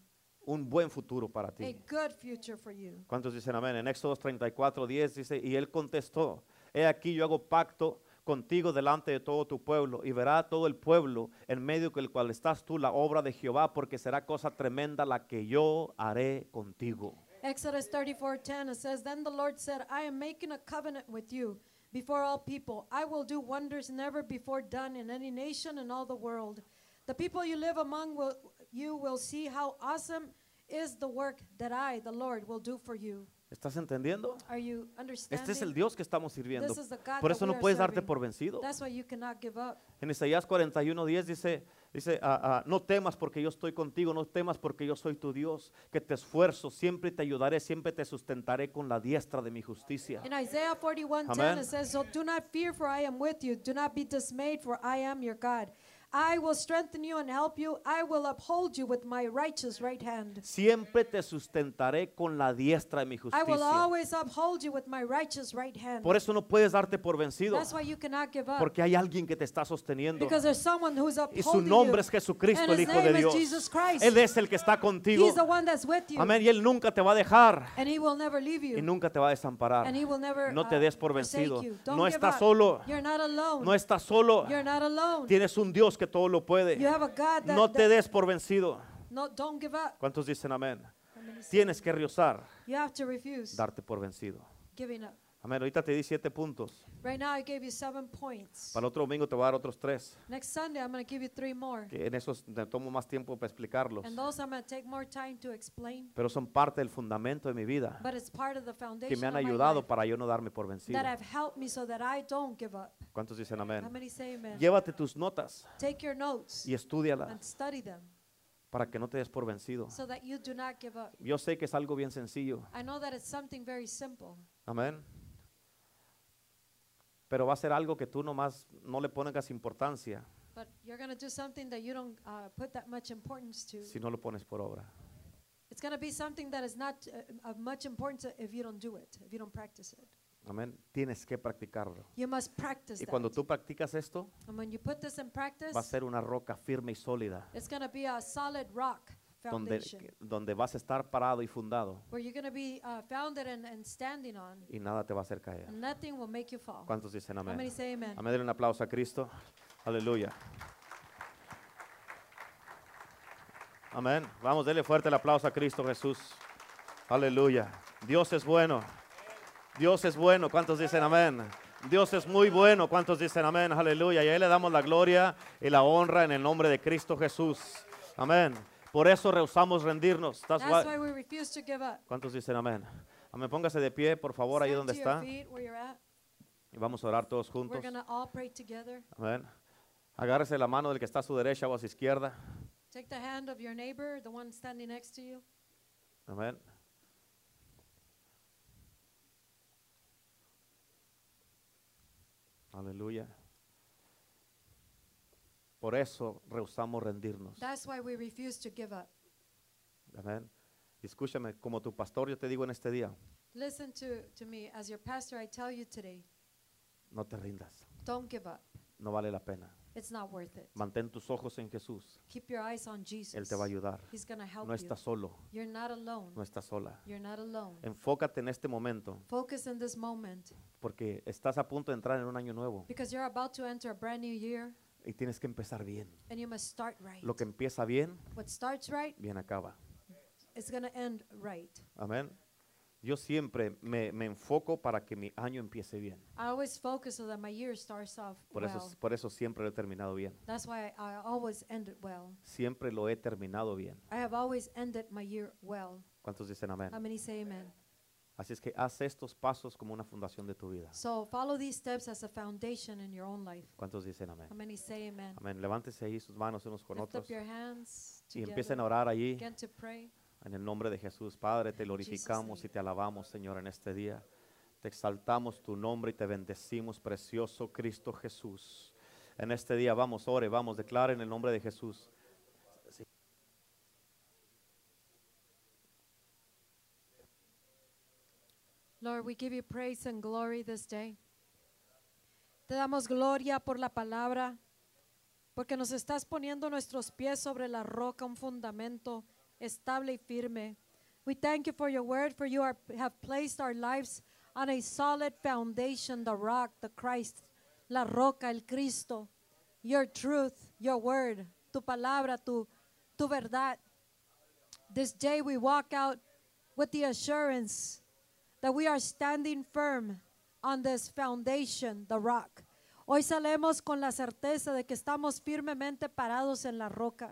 Un buen futuro para a ti. good future for you. ¿Cuántos dicen amén? En Éxodo 34, 10 dice, y él contestó, he aquí yo hago pacto contigo delante de todo tu pueblo y verá todo el pueblo en medio del cual estás tú la obra de Jehová porque será cosa tremenda la que yo haré contigo. Exodus 34:10 it says then the Lord said I am making a covenant with you before all people I will do wonders never before done in any nation in all the world the people you live among will you will see how awesome is the work that I the Lord will do for you ¿Estás entendiendo? are you Este es el understanding Dios que estamos sirviendo. This is the God Por that eso we no are puedes darte serving. por vencido. that's why you cannot give up En Isaías 41.10 dice, dice ah, ah, no temas porque yo estoy contigo, no temas porque yo soy tu Dios, que te esfuerzo, siempre te ayudaré, siempre te sustentaré con la diestra de mi justicia. in Isaiah 41:10 Amen. it says so do not fear for I am with you do not be dismayed for I am your God I will strengthen you and help you I will uphold you with my righteous right hand Siempre te sustentaré con la diestra de mi I will justicia. always uphold you with my righteous right hand. Por eso no puedes darte por vencido, That's why you cannot give up. porque hay alguien que te está sosteniendo. Because there's someone who's Y su upholding nombre you. es Jesucristo, And el his Hijo de name is Dios. Jesus Christ. Él es el que está contigo. He's the one that's with you. Amén. Y Él nunca te va a dejar. And he will never leave y you. nunca te va a desamparar. And he will never No te uh, des por forsake vencido. you. Don't No give estás up. solo. You're not alone. No estás solo. You're not alone. Tienes un Dios que todo lo puede. You have a God that, No te that- des por vencido. no, don't give up. ¿Cuántos dicen amén? How many say- Tienes que rehusar, You have to refuse darte por vencido. giving up. Amén. Ahorita te di siete puntos. Right now, I gave you seven points. Para el otro domingo te voy a dar otros tres. Next Sunday, I'm going to give you three more. Que en esos me tomo más tiempo para explicarlos. And those I'm going to take more time to explain. Pero son parte del fundamento de mi vida. But it's part of the Que foundation me han of my ayudado life para yo no darme por vencido. that have helped me so that I don't give up. ¿Cuántos dicen How amén? many say amen? Llévate tus notas Take your notes y estudialas and study them para que no te des por vencido. so that you do not give up. Yo sé que es algo bien sencillo. I know that it's something very simple, Amén. Pero va a ser algo que tú nomás no le pongas importancia but you're going to do something that you don't uh, put that much importance to. si no lo pones por obra. It's going to be something that is not uh, of much importance if you don't do it, if you don't practice it. Amén. Tienes que practicarlo. You must practice Y that. cuando tú practicas esto, and when you put this in practice, va a ser una roca firme y sólida it's going to be a solid rock donde, foundation donde vas a estar parado y fundado where you're going to be uh, founded and, and standing on, y nada te va a hacer caer. and nothing will make you fall. ¿Cuántos dicen How many amén? Mm. say amen? Amén. Denle un aplauso a Cristo. Aleluya. Amén. Vamos, denle fuerte el aplauso a Cristo Jesús. Aleluya. Dios es bueno. Dios es bueno. ¿Cuántos dicen amén? Dios es muy bueno. ¿Cuántos dicen amén? Aleluya. Y a Él le damos la gloria y la honra en el nombre de Cristo Jesús. Amén. Por eso rehusamos rendirnos. That's That's why- why we refuse to give up. ¿Cuántos dicen amén? Amén. Póngase de pie, por favor, ahí Stand donde to está. Your feet where you're at. Y vamos a orar todos We're juntos. going to all pray together. Amén. Agárrese la mano del que está a su derecha o a su izquierda. Take the hand of your neighbor, the one standing next to you. Amén. Aleluya. Por eso rehusamos rendirnos. That's why we refuse to give up. Amén. Y Escúchame, como tu pastor yo te digo en este día, Listen to, to me. As your pastor, I tell you today no te rindas, don't give up. no vale la pena. It's not worth it. Mantén tus ojos en Jesús, Keep your eyes on Jesus. Él te va a ayudar. He's going to help No you. estás solo, You're not alone. no estás sola. You're not alone. Enfócate en este momento Focus in this moment porque estás a punto de entrar en un año nuevo because you're about to enter a brand new year y tienes que empezar bien. and you must start right. Lo que empieza bien, what starts right bien acaba. is going to end right. Amén. Yo siempre me, me enfoco para que mi año empiece bien. I always focus so that my year starts off Por, well. eso, por eso siempre lo he terminado bien. That's why I always end it well. Siempre lo he terminado bien. I have always ended my year well. ¿Cuántos dicen amén? How many say amen? Así es que haz estos pasos como una fundación de tu vida. So follow these steps as a foundation in your own life. ¿Cuántos dicen amén? How many say amen? Amén. Levántese ahí sus manos unos con Lift otros up your hands y empiecen together. a orar allí. Begin to pray. En el nombre de Jesús, Padre, te In Jesus' glorificamos y name. te alabamos, Señor, en este día. Te exaltamos tu nombre y te bendecimos, precioso Cristo Jesús. En este día, vamos, ore, vamos, declara en el nombre de Jesús. Sí. Lord, we give you praise and glory this day. Te damos gloria por la palabra, porque nos estás poniendo nuestros pies sobre la roca, un fundamento estable y firme. We thank you for your word, for you are, have placed our lives on a solid foundation, the rock, the Christ, la roca, el Cristo, your truth, your word, tu palabra, tu, tu verdad. This day we walk out with the assurance that we are standing firm on this foundation, the rock. Hoy salemos con la certeza de que estamos firmemente parados en la roca.